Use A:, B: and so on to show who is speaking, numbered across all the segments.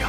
A: 洋。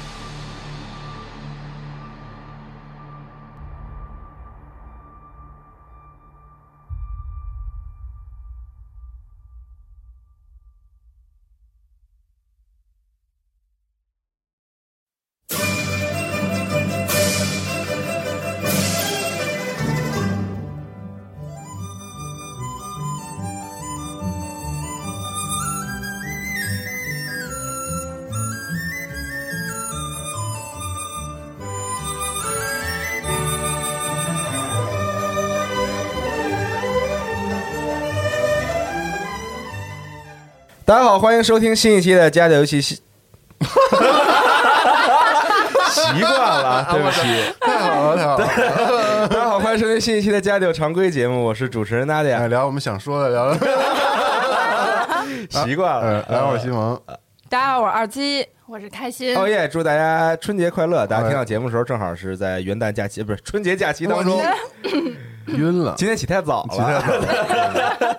B: 大家好，欢迎收听新一期的《家的游戏》。习习惯了，对不起。
C: 太好了，太好了！
B: 啊大家好，欢迎收听新一期的《家里有常规节目，我是主持人娜姐、
C: 哎，聊我们想说的，聊 聊。
B: 习惯了
C: 哎，，来，我是西蒙。
B: 呃
D: 大家好，我是二七，
E: 我是开心。
B: 哦耶！祝大家春节快乐！大家听到节目的时候，正好是在元旦假期，不是春节假期当中。
C: 晕了，
B: 哎呃今天起太早
C: 起太
B: 了，
C: 早了。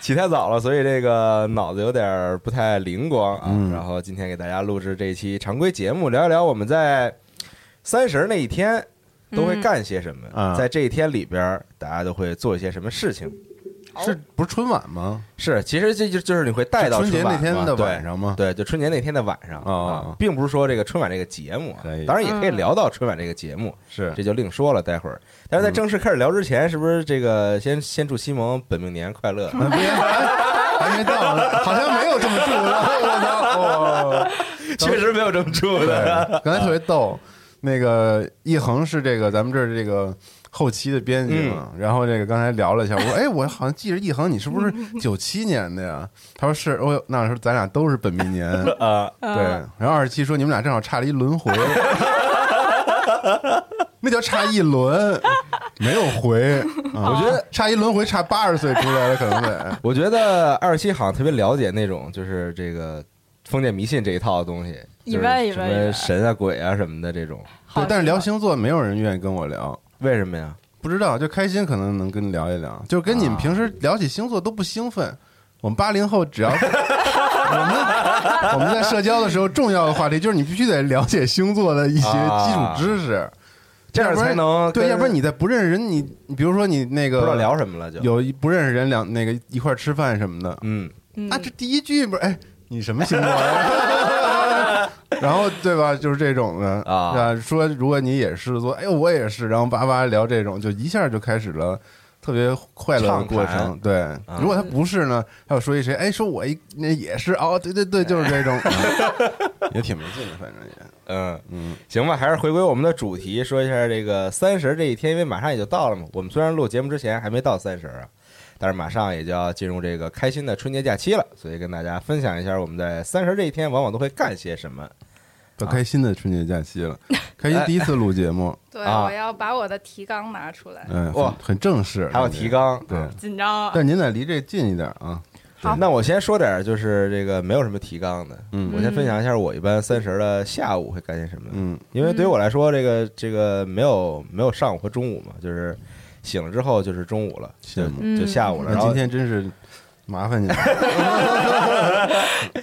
B: 起太早了，所以这个脑子有点儿不太灵光啊。
C: 嗯
B: 然后今天给大家录制这一期常规节目，聊一聊我们在三十那一天都会干些什么，
C: 嗯啊
B: 在这一天里边儿大家都会做一些什么事情。
C: 是不是春晚吗？
B: 是，其实这就就是你会带到
C: 是春节
B: 晚
C: 那天
B: 嘛
C: 的
B: 对
C: 晚上吗
B: 对，就春节那天的晚上
C: 哦
B: 啊，并不是说这个春晚这个节目啊
C: 可以，
B: 当然也可以聊到春晚这个节目，
C: 是
B: 这就另说了。待会儿，但是
C: 嗯
B: 在正式开始聊之前，是不是这个先先祝西蒙本命年快 乐？啊
C: 别还还没到呢，好像没有这么祝的。我操！哦
B: 确实没有这么 祝的。
C: 对，刚才特别逗。那个一恒是这个咱们这儿这个后期的编辑嘛，
B: 嗯
C: 然后这个刚才聊了一 下，我说哎，我好像记着一恒你是不是九七年的呀？他说是，我那时候咱俩都是本命年。
B: 啊，
C: 对，然后二十七说你们俩正好差了一轮回， 那叫差一轮，没有回。
B: 哦
C: 啊、我觉得差一轮回差八十岁出来了，可能 得。
B: 我觉得二十七好像特别了解那种就是这个封建迷信这一套的东西，
D: 以
B: 就是
D: 外以
B: 什
D: 外以
B: 么
D: 外
B: 神啊鬼啊什么的这种，
D: 好
C: 对，但是聊星座没有人愿意跟我聊，
B: 为什么呀？
C: 不知道就开心可能能跟你聊一聊，就跟你们平
B: 嗯
C: 时聊起星座都不兴奋。我们八零后只要 我们我们在社交的时候，重要的话题就是你必须得了解星座的一些基础知识，
B: 啊这样
C: 要不然
B: 才能
C: 对，
B: 跟
C: 要不然你在不认识人，你你比如说你那
B: 不
C: 个
B: 知道聊什么了就。
C: 有一不认识人两那个一块儿吃饭什么的，
B: 嗯，
D: 嗯
C: 啊，这第一句不是哎，你什么星 座呀？然后对吧？就是这种的
B: 啊
C: 说如果你也是说，哎呦我也是，然后叭叭聊这种，就一下就开始了特别快乐的过
B: 畅谈嗯
C: 程。对，如果他不是呢，他又说一谁，哎，说我一那也是哦，对对对，就是这 种，嗯也挺没劲的，反正也
B: 嗯嗯，行吧，还是回归我们的主题，说一下这个三十这一天，因为马上也就到了嘛。我们虽然录节目之前还没到三十啊，但是马上也就要进入这个开心的春节假期了，所以跟大家分享一下我们在三十这一天往往都会干些什么。
C: 都开心的春节假期 了。开心第一次录节目，
E: 对，
B: 啊
E: 我要把我的提纲拿出来。
C: 嗯，
B: 哇
C: 很很正式，
B: 还有提纲，
C: 对。
D: 紧张啊，
C: 但您得离这近一点啊，
B: 对那我先说点儿就是这个没有什么提纲的，
C: 嗯
B: 我先分享一下我一般三十的下午会干些什么。
C: 嗯
B: 因为对于我来说，这个这个没有没有上午和中午嘛，就是醒了之后就是中午了，
C: 羡慕嗯
B: 就就下午了。
C: 那
B: 然后
C: 今天真是麻烦你了。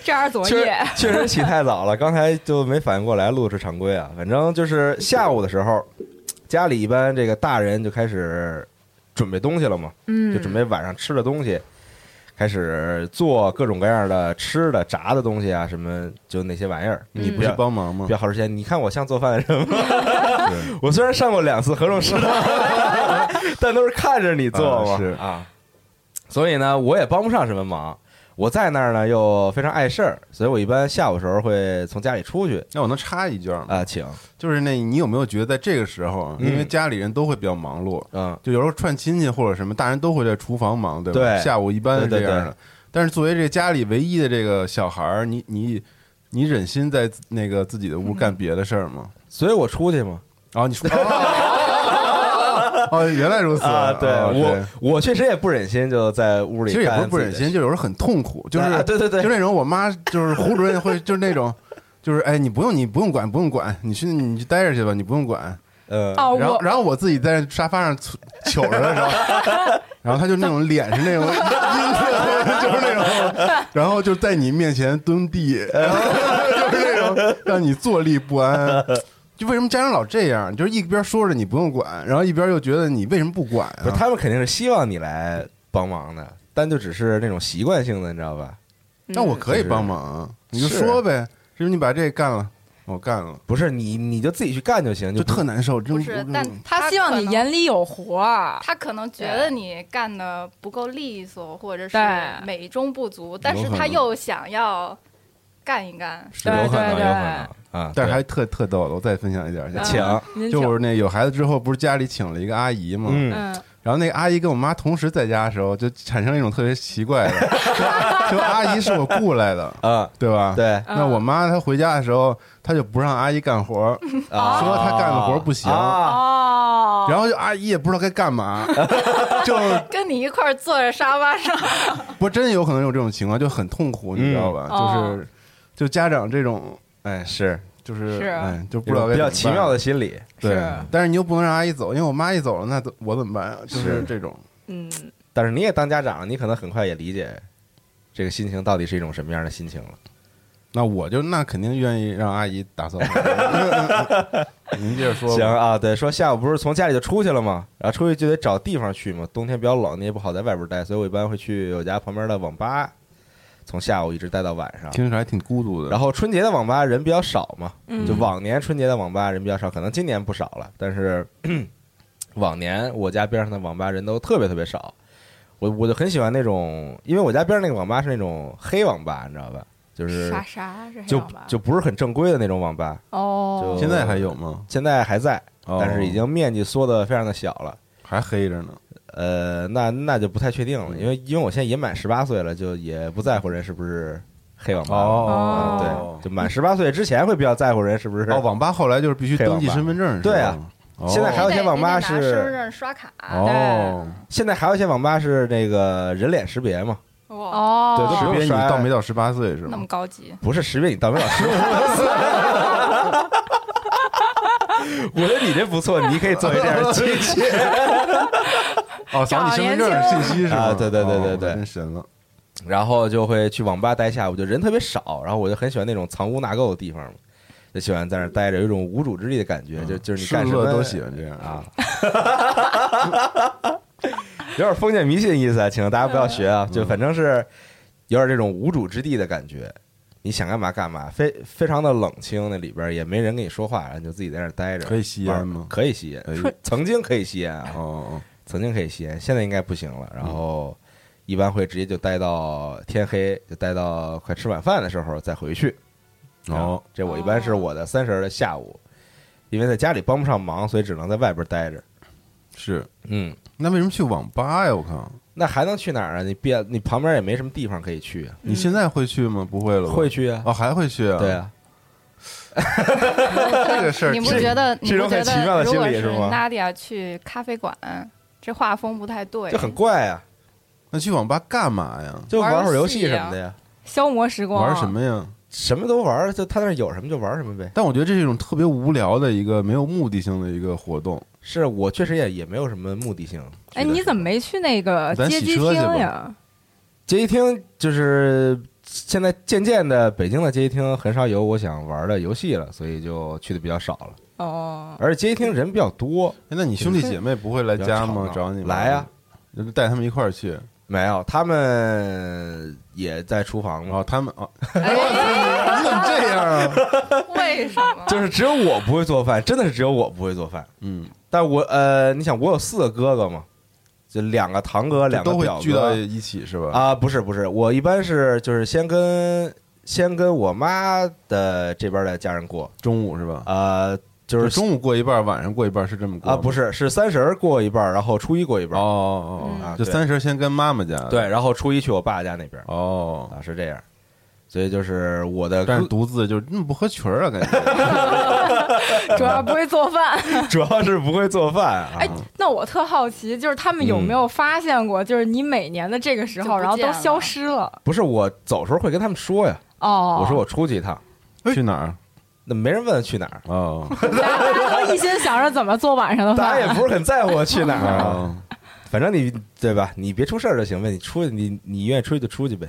D: 这样左
B: 确实
D: 夜，
B: 确实起太早了，刚才就没反应过来录是常规啊。反正就是下午的时候，家里一般这个大人就开始准备东西了嘛，
D: 嗯，
B: 就准备晚上吃的东西，开始做各种各样的吃的、炸的东西啊，什么就那些玩意儿。
C: 你不
B: 不
C: 是
B: 要
C: 帮忙吗
B: 比较？好时间，你看我像做饭的人吗？我虽然上过两次合众 食堂，但都是看着你做嘛，
C: 啊是
B: 啊。所以呢，我也帮不上什么忙。我在那儿呢又非常碍事儿，所以我一般下午时候会从家里出去
C: 那我能插一句吗？
B: 啊、请
C: 就是那，你有没有觉得在这个时候，啊
B: 嗯
C: 因为家里人都会比较忙碌，
B: 嗯
C: 就有时候串亲戚或者什么，大人都会在厨房忙，对吧？
B: 对
C: 下午一般是这样的。
B: 对对
C: 但是作为这个家里唯一的这个小孩儿，你你你忍心在那个自己的屋干别的事儿吗？
B: 所以我出去嘛
C: 哦，你说。 哦哦，原来如此
B: 啊对
C: 哦
B: 我我确实也不忍心就在屋里
C: 其实也不是
B: 干
C: 不
B: 自己
C: 忍
B: 的
C: 心，
B: 事，
C: 就有时候很痛苦，就是、
B: 啊对对对
C: 就那种我妈就是胡主任会就是那种，就是哎你不用你不用管不用管，你去你去待着去吧，你不用管。
B: 嗯
D: 哦，
C: 然后
D: 我
C: 然后我自己在沙发上糗糗着的时候， 然后他就那种脸是那种 阴的，就是那种，然后就在你面前蹲地，然后就是那种让你坐立不安。就为什么家长老这样？就是一边说着你不用管，然后一边又觉得你为什么不管
B: 不是
C: 啊？
B: 他们肯定是希望你来帮忙的，但就只是那种习惯性的，你知道吧？
E: 嗯
C: 那我可以帮忙啊，你就是说呗，是不是你把这干了？我干了，
B: 不是你你就自己去干就行，
C: 就
B: 不
C: 特难受，真
E: 不是
C: 我，
E: 但
D: 他希望
E: 可
D: 你
E: 能
D: 眼里有活啊儿，
E: 他可能觉得你干的不够利索，或者是
D: 对
E: 美中不足，但
C: 有
E: 是
C: 可
E: 他
C: 能
E: 又想要干一干。
B: 是有可能，有
D: 对对
B: 可能啊，
C: 但是还特特逗的，我再分享一点去。
D: 嗯
B: 请啊
D: 您请
C: 就是那有孩子之后，不是家里请了一个阿姨嘛，
B: 嗯
D: 嗯，
C: 然后那个阿姨跟我妈同时在家的时候，就产生了一种特别奇怪 的，就就阿姨是我雇来的，
B: 啊，
C: 对吧？。
B: 对
C: 那我妈她回家的时候，她就不让阿姨干活儿，
E: 嗯
B: 啊，
C: 说他干的活不行
B: 啊
D: 哦，
C: 然后就阿姨也不知道该干 嘛，就
E: 跟你一块儿坐在沙发上，
C: 不真有可能有这种情况，就很痛苦，你知道
E: 嗯
C: 吧？
D: 哦
C: 就是就家长这种，
B: 哎，是啊
C: 就是
D: 是
C: 哎，就不
B: 比
C: 知道
B: 较
C: 该
B: 比较
C: 怎么办
B: 奇妙的心理，
C: 对
D: 是。
C: 但是你又不能让阿姨走，因为我妈一走了，那怎我怎么办啊？就是
B: 是
C: 这种，
D: 嗯，
B: 但是你也当家长了，你可能很快也理解这个心情到底是一种什么样的心情了。
C: 那我就那肯定愿意让阿姨打扫。 您接着说吧，
B: 行啊，对，说下午不是从家里就出去了吗？然后出去就得找地方去嘛，冬天比较冷，你也不好在外边待，所以我一般会去我家旁边的网吧，从下午一直待到晚上。
C: 听着还挺孤独的。
B: 然后春节的网吧人比较少嘛，
D: 嗯
B: 就往年春节的网吧人比较少，可能今年不少了，但是往年我家边上的网吧人都特别特别少。我我就很喜欢那种，因为我家边上那个网吧是那种黑网吧，你知道吧？就是
D: 傻傻是这
B: 就
D: 样吧？
B: 就不是很正规的那种网吧，
D: 哦
B: 就，
C: 现在还有吗？
B: 现在还在，
C: 哦
B: 但是已经面积缩的非常的小了。
C: 还黑着呢。
B: 呃，那那就不太确定了，因为因为我现在也满十八岁了，就也不在乎人是不是黑网吧了。
D: 哦
B: 嗯对，就满十八岁之前会比较在乎人是不是
C: 哦，网吧后来就是必须登记身份证，
B: 对啊
C: 是吧，哦
B: 现在 还有些网吧是
E: 你得拿身份证刷卡，
C: 哦，
B: 现在还有一些网吧是那个人脸识别嘛，
E: 哇，
D: 哦，
B: 对都
C: 识
B: 不
C: 别
B: 用
C: 你
B: 刷
C: 到没到十八岁是
E: 那么
C: 吗？
E: 高级，
B: 不是识别你当没老 师。我觉得你这不错，你可以作为这样的机器。
C: 哦，扫你身份证的信息是吗？
B: 啊对对对对
C: 哦
B: 对
C: 真神了。
B: 然后就会去网吧待下午，就人特别少，然后我就很喜欢那种藏污纳垢的地方嘛，就喜欢在那儿待着，有一种无主之地的感觉，就就是你
C: 是
B: 干什
C: 不
B: 么
C: 是都喜欢这样
B: 啊？。 有点封建迷信意思啊，请大家不要学
C: 嗯
B: 啊，就反正是有点这种无主之地的感觉，你想干嘛干嘛，非非常的冷清，那里边也没人跟你说话，然后你就自己在那儿待着。
C: 可以吸烟吗
B: 玩可以吸烟，
C: 哎
B: 曾经可以吸烟啊，
C: 哦，
B: 曾经可以吸烟，现在应该不行了。然后一般会直接就待到天黑，就待到快吃晚饭的时候再回去。啊
C: 哦哦，
B: 这我一般是我的三十儿的下午，因为在家里帮不上忙，所以只能在外边待着。
C: 是。
B: 嗯，
C: 那为什么去网吧呀？我
E: 嗯
C: 靠，
B: 那还能去哪儿啊？你别你旁边也没什么地方可以去啊。
C: 你现在会去吗？不会了吧？
B: 会去啊，
C: 哦，还会去啊？
B: 对，啊，
C: 这个事儿
E: 你不
C: 挺
E: 觉得？你
B: 这种
E: 不
B: 很
E: 觉
B: 奇妙的
E: 得如
B: 心
E: 果
B: 理
E: 是
B: 是吗
E: Nadia 去咖啡馆，这画风不太对，
B: 就很怪啊，
C: 那去网吧干嘛呀？
B: 就玩会儿游戏
E: 玩游戏
B: 什
E: 啊
B: 么的呀，
D: 消磨时光，
C: 玩什？么呀？
B: 什么都玩儿，就他那儿有什么就玩什么呗。
C: 但我觉得这是一种特别无聊的一个没有目的性的一个活动。
B: 是我确实也也没有什么目的性。
D: 哎，你怎么没去那个
C: 咱
D: 街
C: 洗
D: 机
C: 车
D: 厅
C: 去吧
D: 呀？
B: 街机厅就是现在渐渐的，北京的街机厅很少有我想玩的游戏了，所以就去的比较少了。
D: 哦，
B: 而街机厅人比较多，
C: 哎那你兄弟姐妹不会来家吗？找你
B: 来呀、
C: 啊，带他们一块儿去。
B: 没有，他们也在厨房
C: 然
B: 嘛，
C: 后他们啊，
E: 哎
C: 你怎么这样啊？
E: 为什么？
B: 就是只有我不会做饭，真的是只有我不会做饭。
C: 嗯，
B: 但我呃，你想我有四个哥哥嘛，就两个堂哥，两个
C: 都会
B: 表
C: 聚到
B: 哥
C: 一起是吧？
B: 啊，不是不是，我一般是就是先跟先跟我妈的这边的家人过，
C: 中午是吧？
B: 呃，就
C: 就是是中午过一半，晚上过一半，是这么过
B: 啊，不
C: 是
B: 是是三十儿过一半儿，然后初一过一
C: 哦
B: 半儿
E: 嗯
C: 哦哦
B: 啊，
C: 哦，就
B: 对
C: 三十先跟妈妈家
B: 对，然后初一去我爸家那边儿
C: 哦，
B: 啊，是这样，所以就是我的
C: 但是
B: 哥
C: 独自就那么不合群儿啊，感 觉
D: 主要不会做饭。
B: 主要是不会做饭啊
D: 哎，那我特好奇，就是他们有
B: 嗯
D: 没有发现过，就是你每年的这个时
E: 就
D: 候，
E: 不
D: 然后
E: 见
D: 都
E: 了
D: 消失了。
B: 不是我走时候会跟他们说呀，
D: 哦，
B: 我说我出去一趟，
C: 去哪儿
B: 那没人问去哪儿，
C: 哦
D: 大家大家都一心想着怎么做晚上的
B: 大家
D: 饭。
B: 也不是很在乎我去哪儿啊。
C: 哦，
B: 反正你对吧？你别出事儿就行呗。你出去，你你愿意出去就出去呗。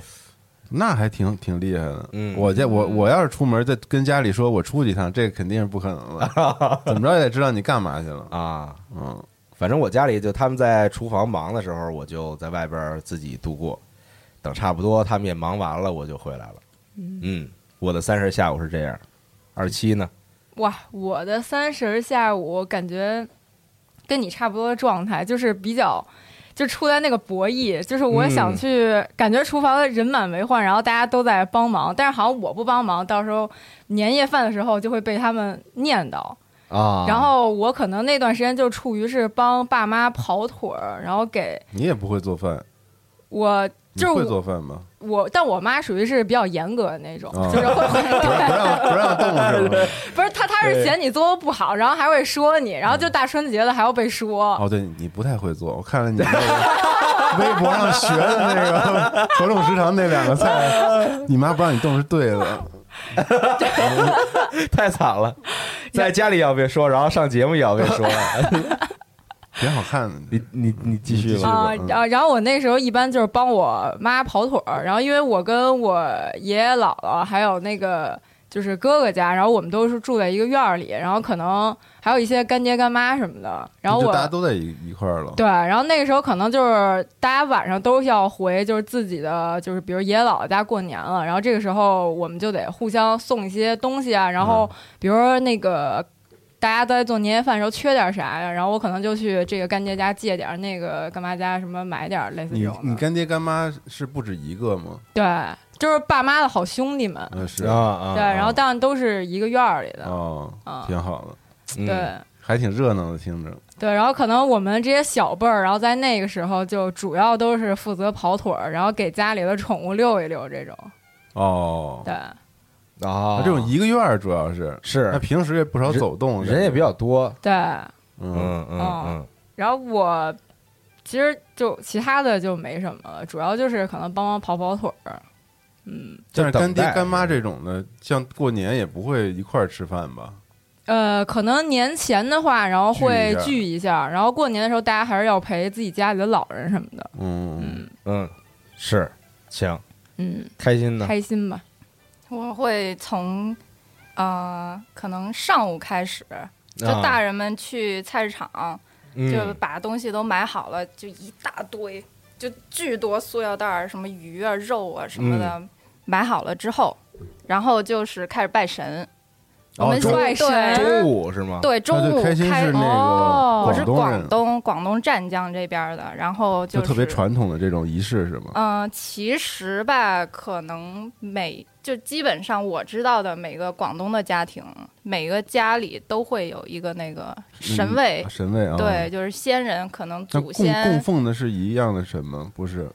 C: 那还挺挺厉害的。
B: 嗯
C: 我家我我要是出门再跟家里说我出去一趟，这肯定是不可能了。 怎么着也得知道你干嘛去了。
B: 啊，
C: 嗯，
B: 反正我家里就他们在厨房忙的时候，我就在外边儿自己度过。等差不多他们也忙完了，我就回来了。嗯，我的三十下午是这样。二七呢？
D: 哇，我的三十下午感觉跟你差不多的状态，就是比较。就出来那个博弈，就是我
B: 嗯
D: 想去，感觉厨房人满为患，然后大家都在帮忙，但是好像我不帮忙，到时候年夜饭的时候就会被他们念叨。
B: 啊
D: 然后我可能那段时间就处于是帮爸妈跑腿儿，然后给
C: 你也不会做饭，
D: 我
C: 你
D: 就是
C: 会
D: 我
C: 做饭吗？
D: 我，但我妈属于是比较严格的那种，
C: 啊
D: 就是会
C: 不让不让不让动是吧？
D: 不是她她是嫌你做的不好，然后还会说你，然后就大春节了还要被说。
C: 嗯哦，对你不太会做，我看了你那个微博上学的那个合众食堂那两个菜，你妈不让你动是对的。
B: 太惨 了，在家里要被说，然后上节目也要被 说。
C: 挺好看的，
B: 你你你继续
C: 你继续
B: 吧。
D: 啊
C: 是吧嗯
D: 啊！然后我那时候一般就是帮我妈跑腿儿，然后因为我跟我爷爷姥姥还有那个就是哥哥家，然后我们都是住在一个院儿里，然后可能还有一些干爹干妈什么的。然后
C: 就
D: 我
C: 大家都在一一块儿了。
D: 对，然后那个时候可能就是大家晚上都要回，就是自己的，就是比如爷爷姥姥家过年了，然后这个时候我们就得互相送一些东西啊，然后比如说那个。大家都在做年夜饭的时候缺点啥呀？然后我可能就去这个干爹家借点儿，那个干妈家什么买点儿，类似这
C: 你
D: 种的。
C: 你干爹干妈是不止一个吗？
D: 对，就是爸妈的好兄弟们。
C: 嗯，是
B: 啊啊，
D: 对，然后但都是一个院儿里的。
C: 哦
D: 啊，
C: 挺好的，
B: 嗯
D: 对，
C: 还挺热闹的，听着。
D: 对，然后可能我们这些小辈儿，然后在那个时候就主要都是负责跑腿儿，然后给家里的宠物遛一遛这种。
C: 哦，
D: 对，
B: 啊，
C: 这种一个院儿主要是，那
B: 是
C: 平时也不少走动，
B: 人也比较多。
D: 对，
C: 嗯，
B: 嗯嗯嗯
D: 哦，然后我其实就其他的就没什么了，主要就是可能帮忙跑跑腿儿。嗯，
C: 但是
B: 就等待嗯
C: 干爹干妈这种的，像过年也不会一块儿吃饭吧？
D: 呃，可能年前的话，然后会
C: 聚一下
D: 聚一下，然后过年的时候大家还是要陪自己家里的老人什么的。
C: 嗯，
D: 嗯
B: 嗯，是行，
D: 嗯，
B: 开心呢。
D: 开心吧。
E: 我会从呃，可能上午开始，就
B: 啊
E: 大人们去菜市场，就
B: 嗯
E: 把东西都买好了，就一大堆，就巨多塑料袋儿，什么鱼啊、肉啊什么
C: 嗯
E: 的，买好了之后，然后就是开始拜
B: 哦
E: 神。我们
B: 中
E: 对
B: 中午是吗？
E: 对
C: 啊那
E: 中
C: 就
E: 午
C: 开心是那
D: 哦
E: 我
C: 个
E: 是
C: 东人啊
E: 广，东广东湛江这边儿的，然后
C: 就是特别传统的这种仪式是吗？
E: 嗯、其实吧，可能每就基本上我知道的每个广东的家庭，每个家里都会有一个那个神位，
C: 啊神位啊，
E: 对，，就是先人，可能
C: 那
E: 祖
C: 供供
E: 先
C: 奉的是一样的神吗？不是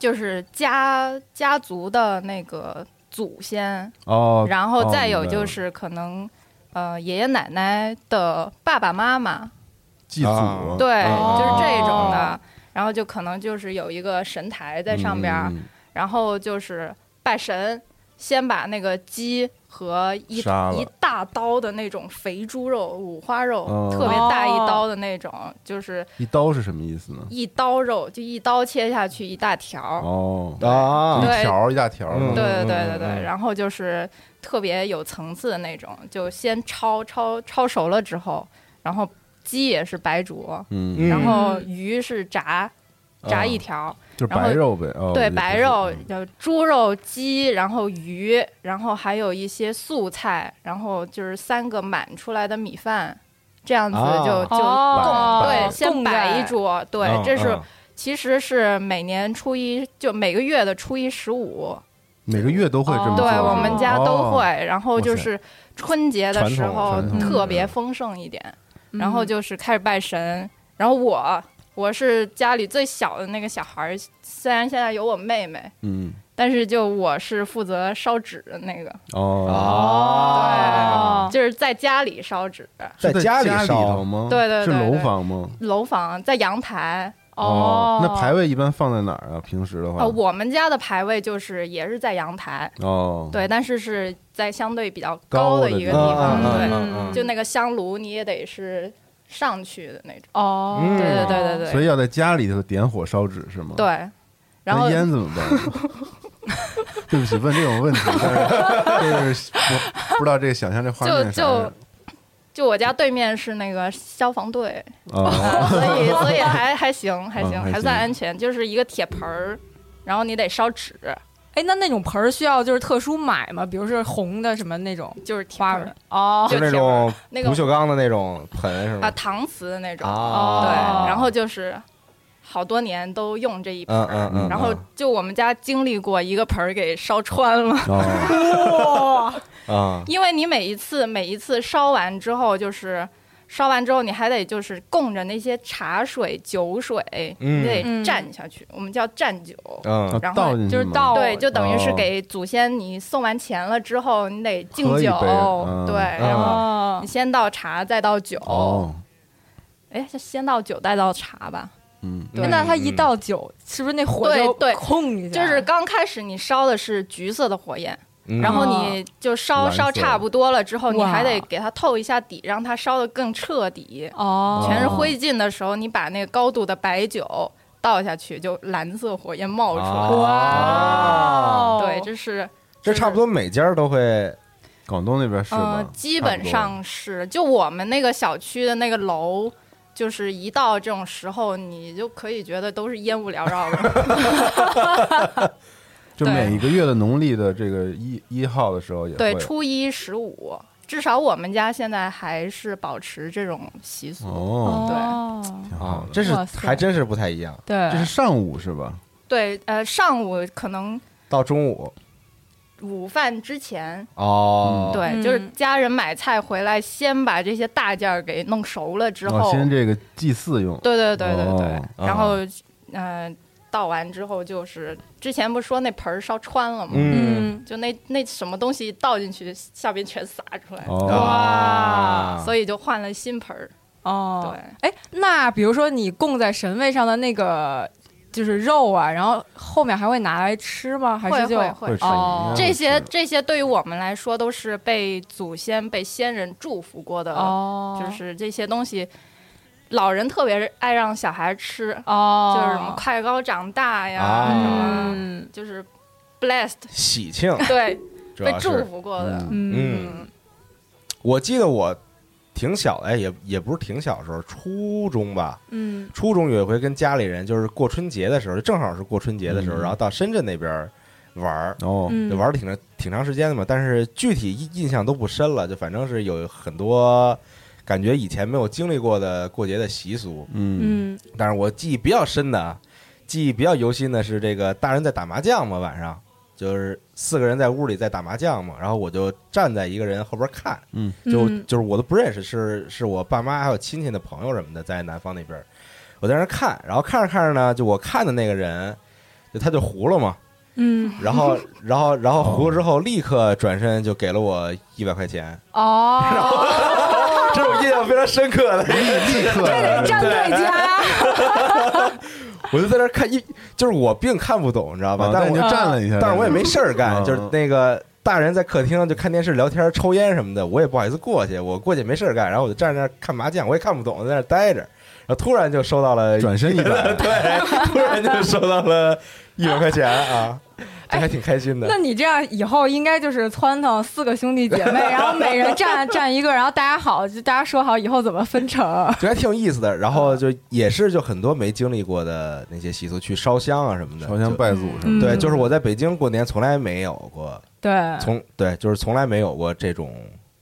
E: 就是家家族的那个祖先，
C: 哦，
E: 然后再有
C: 明白了
E: 就是可能。呃，爷爷奶奶的爸爸妈妈，
C: 祭祖
B: 啊
C: 啊，
E: 对，
B: 哦
E: 就是这种的。然后就可能就是有一个神台在上边儿，
C: 嗯，嗯嗯
E: 然后就是拜神，先把那个鸡和一
C: 杀了
E: 一大刀的那种肥猪肉、五花肉，
C: 哦
E: 特别大一刀的那种，就是
C: 一刀是什么意思呢？
E: 一刀肉，就一刀切下去一大条儿。
C: 哦，
B: 啊
C: 一
E: 对
C: 条儿一大条儿
B: 嗯
E: 对
C: 的，
E: 对对对对，
B: 嗯嗯
E: 然后就是特别有层次的那种，就先焯焯焯熟了之后，然后鸡也是白灼，
C: 嗯，
E: 然后
D: 嗯
E: 鱼是炸，炸一
B: 啊
E: 条，
C: 就是
E: 然后
C: 白肉呗，哦，
E: 对
C: 也不
E: 白
C: 是
E: 肉，有猪肉、鸡，然后鱼，然后还有一些素菜，然后就是三个满出来的米饭，这样子
B: 啊
E: 就就
D: 哦，
E: 对，
B: 摆
E: 先摆一
D: 桌，
E: 桌，对
B: 嗯，
E: 这是
B: 嗯
E: 其实是每年初一，就每个月的初一十五，
C: 每个月都会这么
D: 哦
C: 做
E: 对
C: 是吗，
E: 我们家都会
C: 嗯哦，。
E: 然后就是春节的时候
C: 传统传
D: 统
E: 特别丰盛一点，
D: 嗯
E: 然后就是开始拜神。然后我我是家里最小的那个小孩儿，虽然现在有我妹妹，
C: 嗯，
E: 但是就我是负责烧纸的那个，
C: 哦，
B: 哦，
E: 就是在家里烧纸，
B: 在
C: 是家
B: 里
C: 头
B: 烧，
C: 吗？
E: 对对
C: 是
E: 对
C: 楼
E: 对
C: 房吗？
E: 楼房在阳台。
D: 哦，
C: 那牌位一般放在哪儿啊？平时的话
E: 呃，，我们家的牌位就是也是在阳台，
C: 哦，
E: 对，但是是在相对比较
C: 高
E: 高
C: 的
E: 的一
C: 地
E: 个地
C: 方
D: 嗯
E: 方，
D: 嗯
E: 对，
D: 嗯
E: 就那个香炉，你也得是上去的那种。
D: 哦，
B: 嗯
E: 对对对对
C: 所
E: 对
C: 以要在家里头点火烧纸是吗？，
E: 对，然后
C: 烟怎么办？ 对不起，问这种问题，但是就是不不知道这个想象这画面
E: 就
C: 啥
E: 是就
C: 样
E: 就我家对面是那个消 防队，
C: 哦
E: 啊所以所以还还行还行
B: 嗯
C: 还行
E: 还算安全，就是一个铁盆儿，然后你得烧纸，
D: 哎，那那种盆儿需要就是特殊买吗？比如是红的什么那种
E: 就是铁
D: 花
E: 盆
D: 儿
E: 儿
D: 哦
E: 就
B: 就是那
E: 铁
B: 种
E: 那
B: 不
E: 个
B: 锈钢的那种盆是
E: 啊
B: 吗？
E: 搪瓷的那种，对，
B: 啊
D: 哦
E: 然后就是好多年都用这一盆
B: 嗯
E: 儿。
B: 嗯嗯，
E: 然后就我们家经历过一个盆儿给烧穿了，
C: 哦，
B: 啊
E: 因为你每一次每一次烧完之后，就是烧完之后，你还得就是供着那些茶水、酒水，
B: 嗯
E: 你得蘸下去，我们叫蘸酒。
B: 嗯
E: 然后
C: 倒进去
D: 就是
C: 吗
D: 倒
E: 对，就等于是
C: 哦
E: 给祖先你送完钱了之后，你得敬
C: 喝一
E: 酒，
C: 杯嗯
E: 对，
B: 嗯
E: 然后
D: 哦
E: 你，先倒茶，再倒酒。
C: 哦，
E: 哎，是先倒酒，再倒茶吧。
C: 嗯，
B: 哎
E: 对
D: 那它一到酒，是不是那火
E: 对
D: 就
E: 对
D: 控一下？
E: 就是刚开始你烧的是橘色的火焰，
B: 嗯
E: 然后你就烧
C: 蓝色
E: 烧差不多了之后，你
D: 哇
E: 还得给它透一下底，让它烧得更彻底。
D: 哦，
E: 全是灰烬的时候，你把那个高度的白酒倒下去，就蓝色火焰冒出
B: 哦
C: 哦
E: 来。
B: 哇
D: 哦
E: 对，这是
B: 这差不多每家都会
C: 广东那边是
E: 嗯、
C: 吧？
E: 基
C: 差不
E: 本
C: 多
E: 上是就我们那个小区的那个楼。就是一到这种时候，你就可以觉得都是烟雾缭绕 的。
C: 就
E: 对
C: 每一个月的农历的这个一一号的时候也
E: 对，
C: 会
E: 初一十五，至少我们家现在还是保持这种习俗。
C: 哦，
D: 对
C: 挺好
B: 啊，
C: 的。
B: 这是
D: 哇塞
B: 还真是不太一样。
D: 对，
C: 这是上午是吧？
E: 对，呃，上午可能
B: 到中午
E: 午饭之前，
B: 哦，
E: 对，
D: 嗯
E: 就是家人买菜回来，先把这些大件儿给弄熟了之后，
C: 哦，先这个祭祀用，
E: 对对对对对，
C: 哦
E: 然后嗯、呃倒完之后就是之前不说那盆儿烧穿了吗？
B: 嗯
D: 嗯，
E: 就那那什么东西倒进去，下边全洒出来，
C: 哦，
B: 啊，
E: 所以就换了新盆儿。
D: 哦，
E: 对，
D: 哎，那比如说你供在神位上的那个就是肉啊，然后后面还会拿来吃吗？还
E: 会
D: 是就
E: 会
C: 会
E: 会。
C: 吃
D: 哦
E: 这些这些对于我们来说都是被祖先、被先人祝福过的，
D: 哦，
E: 就是这些东西，老人特别爱让小孩吃，
D: 哦，
E: 就是什么快高长大呀，
B: 啊
E: 什么
D: 嗯
E: 就是 blessed，
B: 喜 庆
E: 对，
B: 主
E: 被
B: 要
E: 祝
B: 是。
E: 福过的。
C: 嗯
B: 嗯，我记得我挺小，哎，也也不是挺小时候，初中吧，
D: 嗯
B: 初中有一回跟家里人就是过春节的时候，正好是过春节的时候，
C: 嗯
B: 然后到深圳那边玩儿，
C: 哦，
D: 嗯
B: 就玩儿挺长挺长时间的嘛，但是具体印印象都不深了，就反正是有很多感觉以前没有经历过的过节的习俗，
C: 嗯
D: 嗯
B: 但是我记忆比较深的，啊，记忆比较犹新的是这个大人在打麻将嘛，晚上就是四个人在屋里在打麻将嘛，然后我就站在一个人后边看，
C: 嗯，
B: 就
D: 嗯
B: 就是我都不认识，是是我爸妈还有亲戚的朋友什么的在南方那边，我在那儿看，然后看着看着呢，就我看的那个人，就他就糊了嘛，
D: 嗯
B: 然后然后然后糊了之后立刻转身就给了我一百块钱，
D: 哦，
B: 这是我印象非常深刻的。
E: 嗯
C: 立刻
D: 这得站对家，
B: 我就在那儿看一，就是我并看不懂，你知道吧？
C: 啊
B: 但
C: 但
B: 是
C: 你
B: 我
C: 就站了一下，
B: 但是我也没事儿干，
C: 嗯
B: 就是那个大人在客厅就看电视、聊天、抽烟什么的，我也不好意思过去。我过去没事儿干，然后我就站在那儿看麻将，我也看不懂，在那儿待着。然后突然就收到了，，
C: 转身一百
B: 对，突然就收到了一百块钱啊，这还挺开心的
D: 那。你这样以后应该就是撺腾四个兄弟姐妹，然后每人站站一个，然后大家好，就大家说好以后怎么分成。
B: 就还挺有意思的，然后就也是就很多没经历过的那些习俗，去烧香啊什么的，
C: 朝香
B: 就
C: 拜祖什么
D: 嗯
B: 对，就是我在北京过年从来没有过，
D: 对，
B: 从对就是从来没有过这种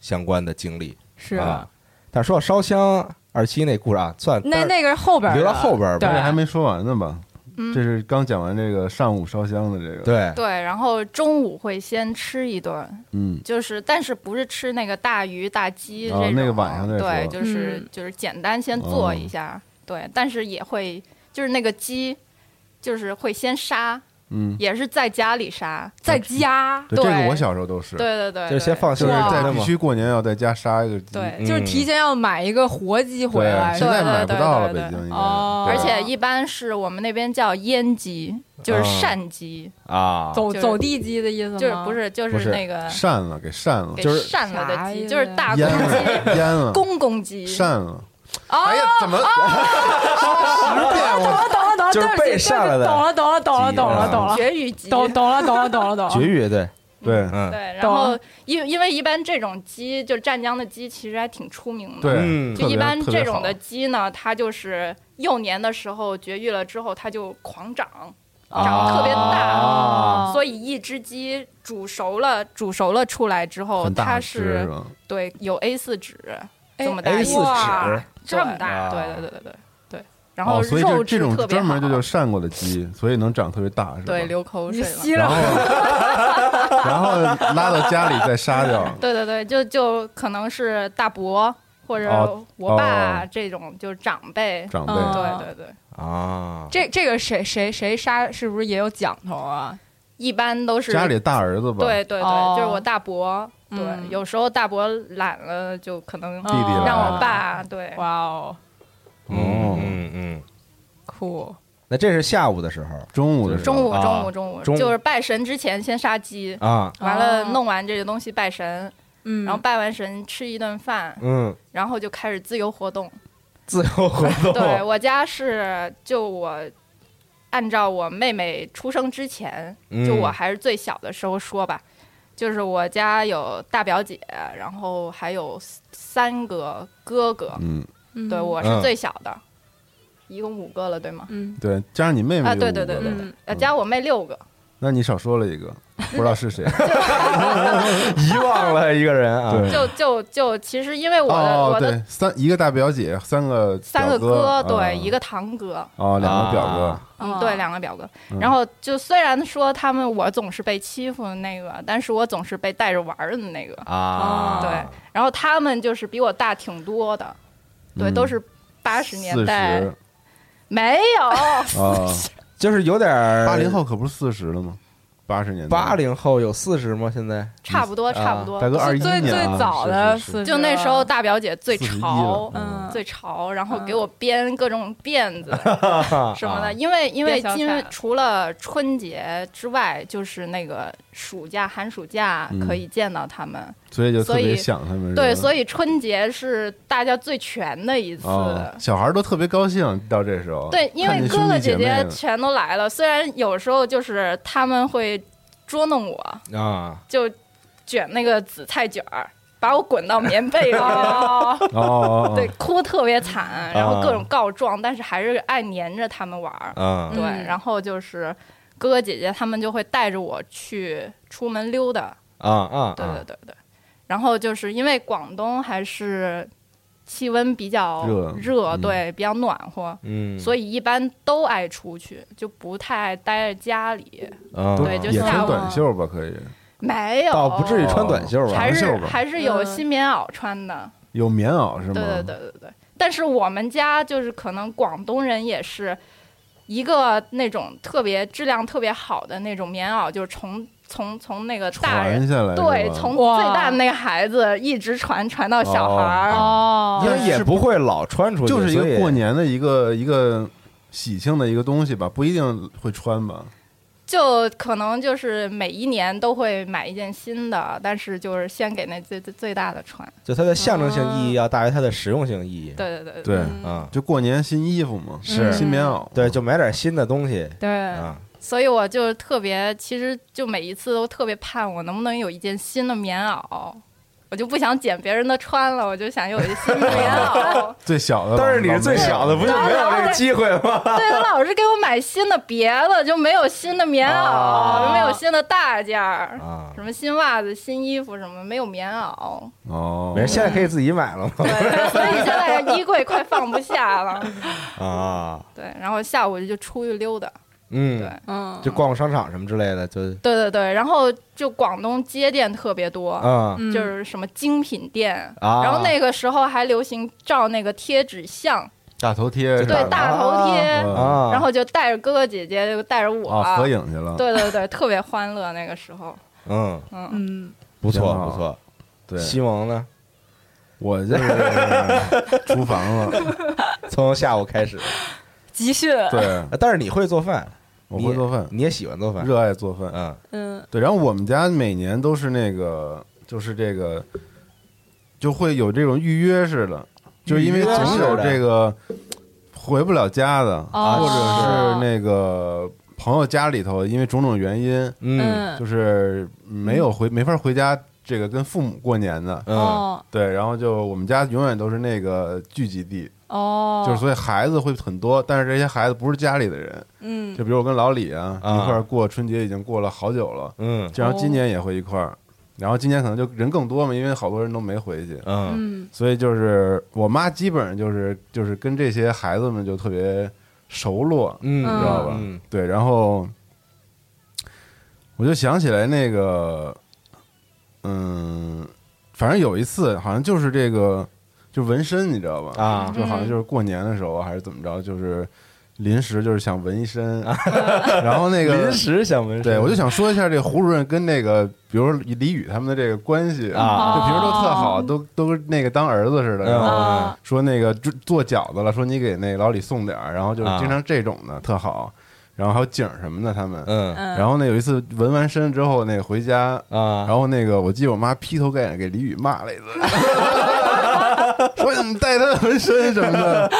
B: 相关的经历
D: 是、
B: 啊。但说到烧香，二七那故事啊，算
D: 那
B: 但是
D: 那个是后边儿的
B: 留到后边儿吧
C: 的，
D: 对，
C: 这还没说完呢吧？
E: 嗯
C: 这是刚讲完这个上午烧香的这个，，
B: 对
E: 对，然后中午会先吃一顿，
C: 嗯，
E: 就是但是不是吃那个大鱼大鸡这
C: 哦
E: 种，
C: 那个晚上再说哦
E: 对，就是、
D: 嗯
E: 就是简单先做一下，对，但是也会就是那个鸡，就是会先杀，
C: 嗯，
E: 也是在家里杀，
D: 在家，
C: 对，这个
E: 对
C: 我小时候都是，
E: 对对对，
B: 就是先
E: 对
B: 放
C: 就
B: 生
C: 是
D: 哇
C: 在
B: 那
C: 必
B: 嘛，
C: 须过年要在家杀一个鸡，
E: 对。
B: 嗯
D: 就是提前要买一个活鸡回来，
C: 对，现在
D: 是吧
C: 买不到了，
E: 对
C: 北
E: 对对
C: 京应该，
D: 哦
E: 而
C: 对
E: 且一般是我们那边叫阉鸡，就是
B: 嗯
E: 扇鸡，
B: 啊，
D: 走
E: 就是
D: 走地鸡的意思吗？
E: 就是不是就
B: 不是
E: 是那个
C: 扇了，给扇了
E: 给，
B: 就是
E: 扇了
D: 啥
E: 的
D: 意
E: 鸡，
D: 思
E: 就是大公
C: 阉
E: 鸡、
C: 了，阉了，
E: 公哦公 鸡，
C: 扇了，
D: 啊
C: 哎呀，怎么十遍我
D: 懂了懂了，
B: 就是
D: 对不起
B: 被上来的啊
D: 懂了懂了懂了懂了懂了
E: 绝育鸡，
D: 懂懂了懂了懂了懂了
B: 绝育对，
C: 对
B: 嗯
E: 啊对，然
D: 懂
E: 后因因为一般这种鸡，就湛江的鸡，其实还挺出名的。
C: 对，
B: 嗯
C: 特
E: 就
C: 别
E: 一般
C: 特别
E: 这种
C: 好
E: 的鸡呢，它就是幼年的时候绝育了之后，它就狂长，
C: 啊
E: 长得特别大，
D: 啊
E: 所以一只鸡煮熟了，煮熟了出来之后，
C: 很大
E: 它
C: 只是
E: 是
C: 吧？
E: 对有 A 四纸
D: 哎
E: 这么大
B: ，A
E: 一
B: 四纸
E: 个
D: 哇，
E: 这么大，
B: 啊
E: 对对对对对对。然后
C: 哦，所以这
E: 肉质
C: 这种
E: 特别
C: 专门
E: 好，
C: 就叫扇过的鸡，所以能长特别大，是吧？
E: 对流口
D: 你
E: 水了。
D: 吸
C: 然
D: 了
C: 后然后拉到家里再杀掉，
E: 对对对，就就可能是大伯或者
C: 哦
E: 我爸
C: 哦
E: 这种，就是长辈。
C: 长辈。哦
D: 嗯
E: 对对对，
B: 啊，
D: 这这个谁谁谁杀是不是也有讲头啊？
E: 一般都是
C: 家里大儿子吧，
E: 对对对，
D: 哦
E: 就是我大伯。对，
D: 嗯
E: 有时候大伯懒了，就可能
D: 弟
C: 弟来
E: 让
C: 了
E: 我爸对
D: 哇哦，
C: 哦
B: 嗯嗯，
D: 酷！
B: 那这是下午的时候
C: 中午的时候
E: 中午
B: 啊
E: 中午中午
B: 中午
E: 就是拜神之前先杀鸡，
B: 啊，
E: 完了
D: 哦
E: 弄完这个东西拜神，
D: 嗯，
E: 然后拜完神吃一顿饭，
B: 嗯，
E: 然后就开始自由活动。
B: 自由活动，
E: 对我家是就我按照我妹妹出生之前，
B: 嗯
E: 就我还是最小的时候说吧，就是我家有大表姐，然后还有三个哥哥，
C: 嗯，
D: 嗯
E: 对我
B: 嗯
E: 是最小的，一共五个了，对吗？
D: 嗯
C: 对，加上你妹妹
E: 啊
C: 有
E: 对
C: 五
E: 对
C: 个
E: 对对
C: 吧
D: 嗯
E: 呃，加我妹六个，
C: 那你少说了一个，不知道是谁。
B: 遗忘了一个人啊，
C: 对，
E: 就就就其实因为我的
C: 嗯哦
E: 我的
C: 对，三一个大表姐，三个
E: 三个
C: 表哥，啊
E: 对一个堂哥，
C: 哦，两个表哥，
B: 啊
E: 嗯
D: 哦
E: 对两个表哥
C: 嗯，
E: 然后就虽然说他们我总是被欺负的那个，但是我总是被带着玩儿的那个，
B: 啊，
E: 嗯对，然后他们就是比我大挺多的，对，
C: 嗯
E: 都是八十
C: 四
E: 年
C: 十
E: 代。没有，
C: 啊，
B: 就是有点儿
C: 八零后可不是四十了吗？八十年代，
B: 八零后有四十吗？现在
E: 差不多，差不多。
C: 嗯大哥二一
D: 最
C: 年
D: 最
C: 啊
D: 早的
C: 是是是
D: 四
E: 就那时候大表姐最
C: 41
E: 潮
C: 了，
D: 嗯
E: 最潮，然后给我编各种辫子什么的，因为因为
D: 编小
E: 因为
D: 铲
E: 除了春节之外，就是那个暑假、寒暑假
C: 嗯啊
E: 可以见到他们。
C: 所以就特
E: 所
C: 别
E: 以
C: 想他们。
E: 对，所
C: 以
E: 以春节是大家最全的一次。
C: 哦，小孩儿都特别高兴，到这时候。
E: 对，因
C: 看
E: 为
C: 见
E: 哥
C: 兄
E: 哥
C: 弟姐
E: 姐
C: 妹
E: 姐
C: 了
E: 全都来了，虽然有时候就是他们会捉弄我，
B: 啊，
E: 就卷那个紫菜卷儿，把我滚到棉被里面，
C: 哦哦，哦
E: 对，哭特别惨，然
C: 哦
E: 后各种告状，但是还是爱黏着他们玩儿。
B: 嗯
E: 对，
D: 嗯
E: 然后就是哥哥姐姐他们就会带着我去出门溜达，
B: 啊啊，
E: 对对
B: 啊
E: 对对。然后就是因为广东还是气温比较
C: 热嗯
E: 对，比较暖和。
B: 嗯，
E: 所以一般都爱出去，就不太爱待在家里。
B: 啊
C: 都
E: 对就
C: 也
E: 下
C: 穿
E: 午
C: 短袖吧，可以
E: 没有，
B: 倒不至于穿短袖吧？
E: 哦还是
C: 长袖吧
E: 还是有
D: 嗯
E: 新棉袄穿的。
C: 有棉袄是吗？
E: 对对对对对。但是我们家就是可能广东人也是一个那种特别质量特别好的那种棉袄，就是从从从那个大
C: 传
E: 人
C: 下来是吧，
E: 对，从
D: 哇
E: 最大的那个孩子一直传传到小孩儿。
D: 哦
B: 因为也不会老穿出去，
C: 就是一
B: 所以
C: 个过年的一个一个喜庆的一个东西吧，不一定会穿吧。
E: 就可能就是每一年都会买一件新的，但是就是先给那最最最大的穿。
B: 就它的象征性意义要大于它的实用性意义。
E: 哦对对对
C: 对，
D: 嗯
B: 啊，
C: 就过年新衣服嘛，
D: 是
C: 新棉袄，
B: 对，就买点新的东西
D: 对，
B: 啊。
E: 所以我就特别，其实就每一次都特别盼我能不能有一件新的棉袄，我就不想捡别人的穿了，我就想有一新的棉袄。
C: 最小的，
B: 但是你是最小的，不就没有这个机会吗？
E: 对他老是给我买新的别的，就没有新的棉
B: 哦
E: 袄，没有新的大件儿，
B: 啊，
E: 什么新袜子、新衣服什么，没有棉袄。
C: 哦，
B: 没事，现在可以自己买了
E: 对，所以现在衣柜快放不下了。
B: 嘛。啊，
E: 对，然后下午就出去溜达。
B: 嗯
E: 对，
D: 嗯，
B: 就逛逛商场什么之类的，就
E: 对对对，然后就广东街店特别多，
B: 啊
D: 嗯
E: 就是什么精品店，
B: 啊
E: 嗯然后那个时候还流行照那个贴纸像，
C: 大头贴，
E: 对
B: 啊
E: 大头贴，
C: 啊，
B: 啊，
E: 然后就带着哥哥姐姐，就带着我，
C: 啊，合影去了，
E: 对对对，特别欢乐那个时候，
B: 嗯，
E: 嗯，
D: 嗯，
B: 不错
C: 挺好
B: 不错。
C: 对，
B: 西蒙呢，
C: 我就是厨房了，
B: 从下午开始，
D: 集训，
C: 对，
B: 啊但是你会做饭，
C: 我
B: 你也
C: 会做饭，
B: 你也喜欢做饭，
C: 热爱做饭，
B: 嗯
D: 嗯
C: 对，然后我们家每年都是那个，就是这个，就会有这种预约式的，就是因为
B: 预约
C: 总
B: 式
C: 有
B: 的
C: 这个回不了家的，
D: 哦
C: 或者是那个朋友家里头因为种种原因，
B: 嗯
D: 嗯，
C: 就是没有回没法回家，这个跟父母过年的。
B: 嗯
D: 哦
C: 对，然后就我们家永远都是那个聚集地，
D: 哦，
C: 嗯就是所以孩子会很多，但是这些孩子不是家里的人，
D: 嗯
C: 就比如我跟老李啊
B: 啊
C: 一块儿过春节已经过了好久了，
B: 嗯
C: 然后今年也会一块儿，然后今年可能就人更多嘛，因为好多人都没回去，
B: 嗯
D: 嗯
C: 所以就是我妈基本上就是就是跟这些孩子们就特别熟络，
B: 嗯，
D: 知道
C: 吧
B: 嗯
C: 对，然后我就想起来那个，嗯，反正有一次好像就是这个，就纹身，你知道吧？
E: 嗯
B: 啊
C: 就好像就是过年的时候还是怎么着，就是临时就是想纹 一身，啊然后那个
B: 临时想纹身，
C: 对，我就想说一下这胡主任跟那个，比如李宇他们的这个关系
B: 啊嗯
C: 就平时都特好，
D: 哦
C: 都都那个当儿子似的，然后
D: 啊
C: 说那个做做饺子了，说你给那个老李送点儿，然后就是
B: 啊
C: 经常这种的特好，然后还有景儿什么的他们，
B: 嗯
D: 嗯，
C: 然后呢有一次纹完身之后那个回家，
B: 啊
C: 然，后那个我记得我妈劈头盖脸给李宇骂了 一顿，说你怎么带他纹身什么的，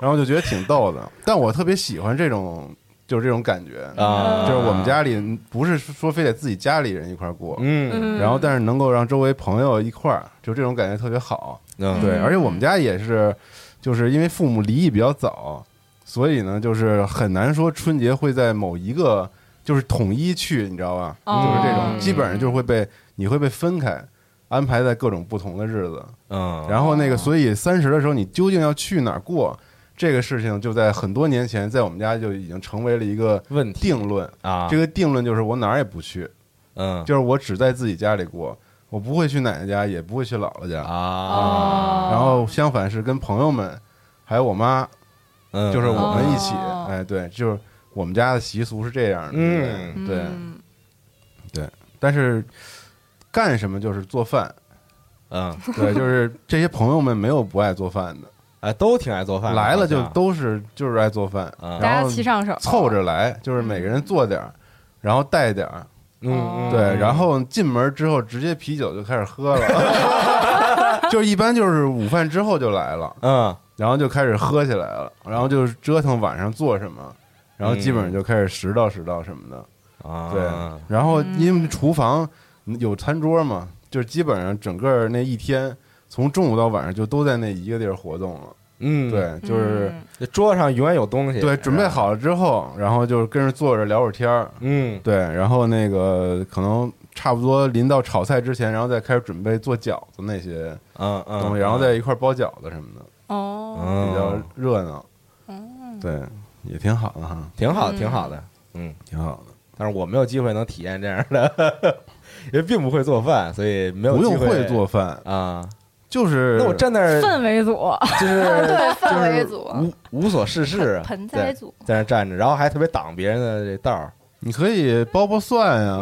C: 然后就觉得挺逗的，但我特别喜欢这种就是这种感觉，
B: 啊，
C: 嗯就是我们，家里不是说非得自己家里人一块儿过，
B: 嗯
D: 嗯
C: 然后但是能够让周围朋友一块儿，就这种感觉特别好。
B: 嗯
C: 对，而且我们家也是，就是因为父母离异比较早，所以呢，就是很难说春节会在某一个就是统一去，你知道吧？
D: 哦
C: 就是这种，
B: 嗯
C: 基本上就是会被你会被分开。安排在各种不同的日子，
B: 嗯，
C: 然后那个，所以三十的时候你究竟要去哪儿过，这个事情就在很多年前，在我们家就已经成为了一个
B: 问题
C: 定论。
B: 啊，
C: 这
B: 个
C: 个定论就是我哪儿也不去，
B: 嗯
C: 就是我只在自己家里过，我不会去奶奶家，也不会去姥姥家。
B: 啊，
D: 哦，
C: 然后相反是跟朋友们，还有我妈，
B: 嗯
C: 就是我们一起
D: 哦，
C: 哎，对，就是我们家的习俗是这样的，
B: 嗯
C: 对。
D: 嗯
C: 但是干什么就是做 饭，
B: 嗯
C: 对，就是这些朋友们没有不爱做饭的，
B: 哎，都挺爱做饭的，
C: 来了
B: 好
C: 就
B: 像
C: 都是就是爱做饭，
B: 嗯
D: 大
C: 然
D: 家嗯
C: 后
D: 齐上手，
C: 凑着来，就是每个人做点儿，然后带点儿，
B: 嗯，嗯
C: 对，然后进门之后直接啤酒就开始喝了， 就是一般就是午饭之后就来了，
B: 嗯
C: 然后就开始喝起来了，然后就是折腾晚上做什么，然后基本上就开始拾掇拾掇什么的，
B: 啊，
C: 对，然后因为厨房有餐桌
B: 嗯
C: 嘛，就是基本上整个那一天从中午到晚上就都在那一个地儿活动了，
B: 嗯，
C: 对，就是
B: 这桌上永远有东西，
C: 对，准备好了之后，然后就是跟着坐着聊会儿天儿，
B: 嗯，
C: 对，然后那个可能差不多临到炒菜之前，然后再开始准备做饺子那些
B: 嗯嗯
C: 东西，然后再一块儿包饺子什么的，
D: 嗯哦，
C: 比较
B: 嗯，
C: 热闹。对，也挺好的哈，
B: 挺好，挺好的。
C: 挺好的。
B: 但是我没有机会能体验这样的， 因为并不会做饭，所以没有
C: 不
B: 机
C: 用
B: 会
C: 会做饭，
B: 啊。
C: 就是
B: 那我站那
C: 嗯
B: 儿
D: 氛围组，
B: 就是
E: 对氛围
B: 就是
E: 组、
B: 无无所事事，
E: 盆栽
B: 啊对，
E: 组，
B: 在那儿站着，然后还特别挡别人的这道儿。
C: 你可以剥剥蒜啊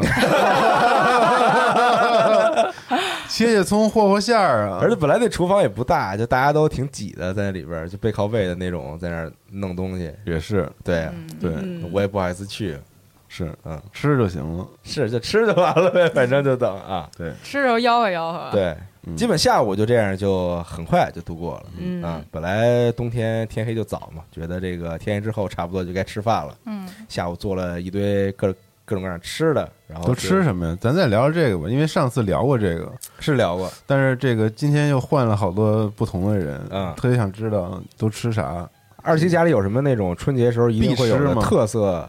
C: 呀、 切切葱和和馅儿啊
B: 而。且本来那厨房也不大，就大家都挺挤的，在那里边儿就背靠背的那种，在那儿弄东西。
C: 也是，
B: 对，
C: 对，
D: 嗯
B: 我也不好意思去。
C: 是，
B: 嗯，
C: 吃就行了。
B: 是就吃就完了呗，反正就等啊。
D: 吃时候吆喝吆喝。，
B: 对，
C: 嗯
B: 基本下午就这样，就很快就度过了。
D: 嗯
B: 啊，本来冬天天黑就早嘛，觉得这个天黑之后差不多就该吃饭了。
E: 嗯，
B: 下午做了一堆各各种各样吃的，然后
C: 都
B: 是
C: 吃什么呀？咱再聊聊这个吧，因为上次聊过这个，
B: 是聊过，
C: 但是这个今天又换了好多不同的人，
B: 嗯
C: 特别想知道都吃啥。
B: 二七家里有什么那种春节时候一定会有
C: 必吃
B: 的
C: 吗
B: 特色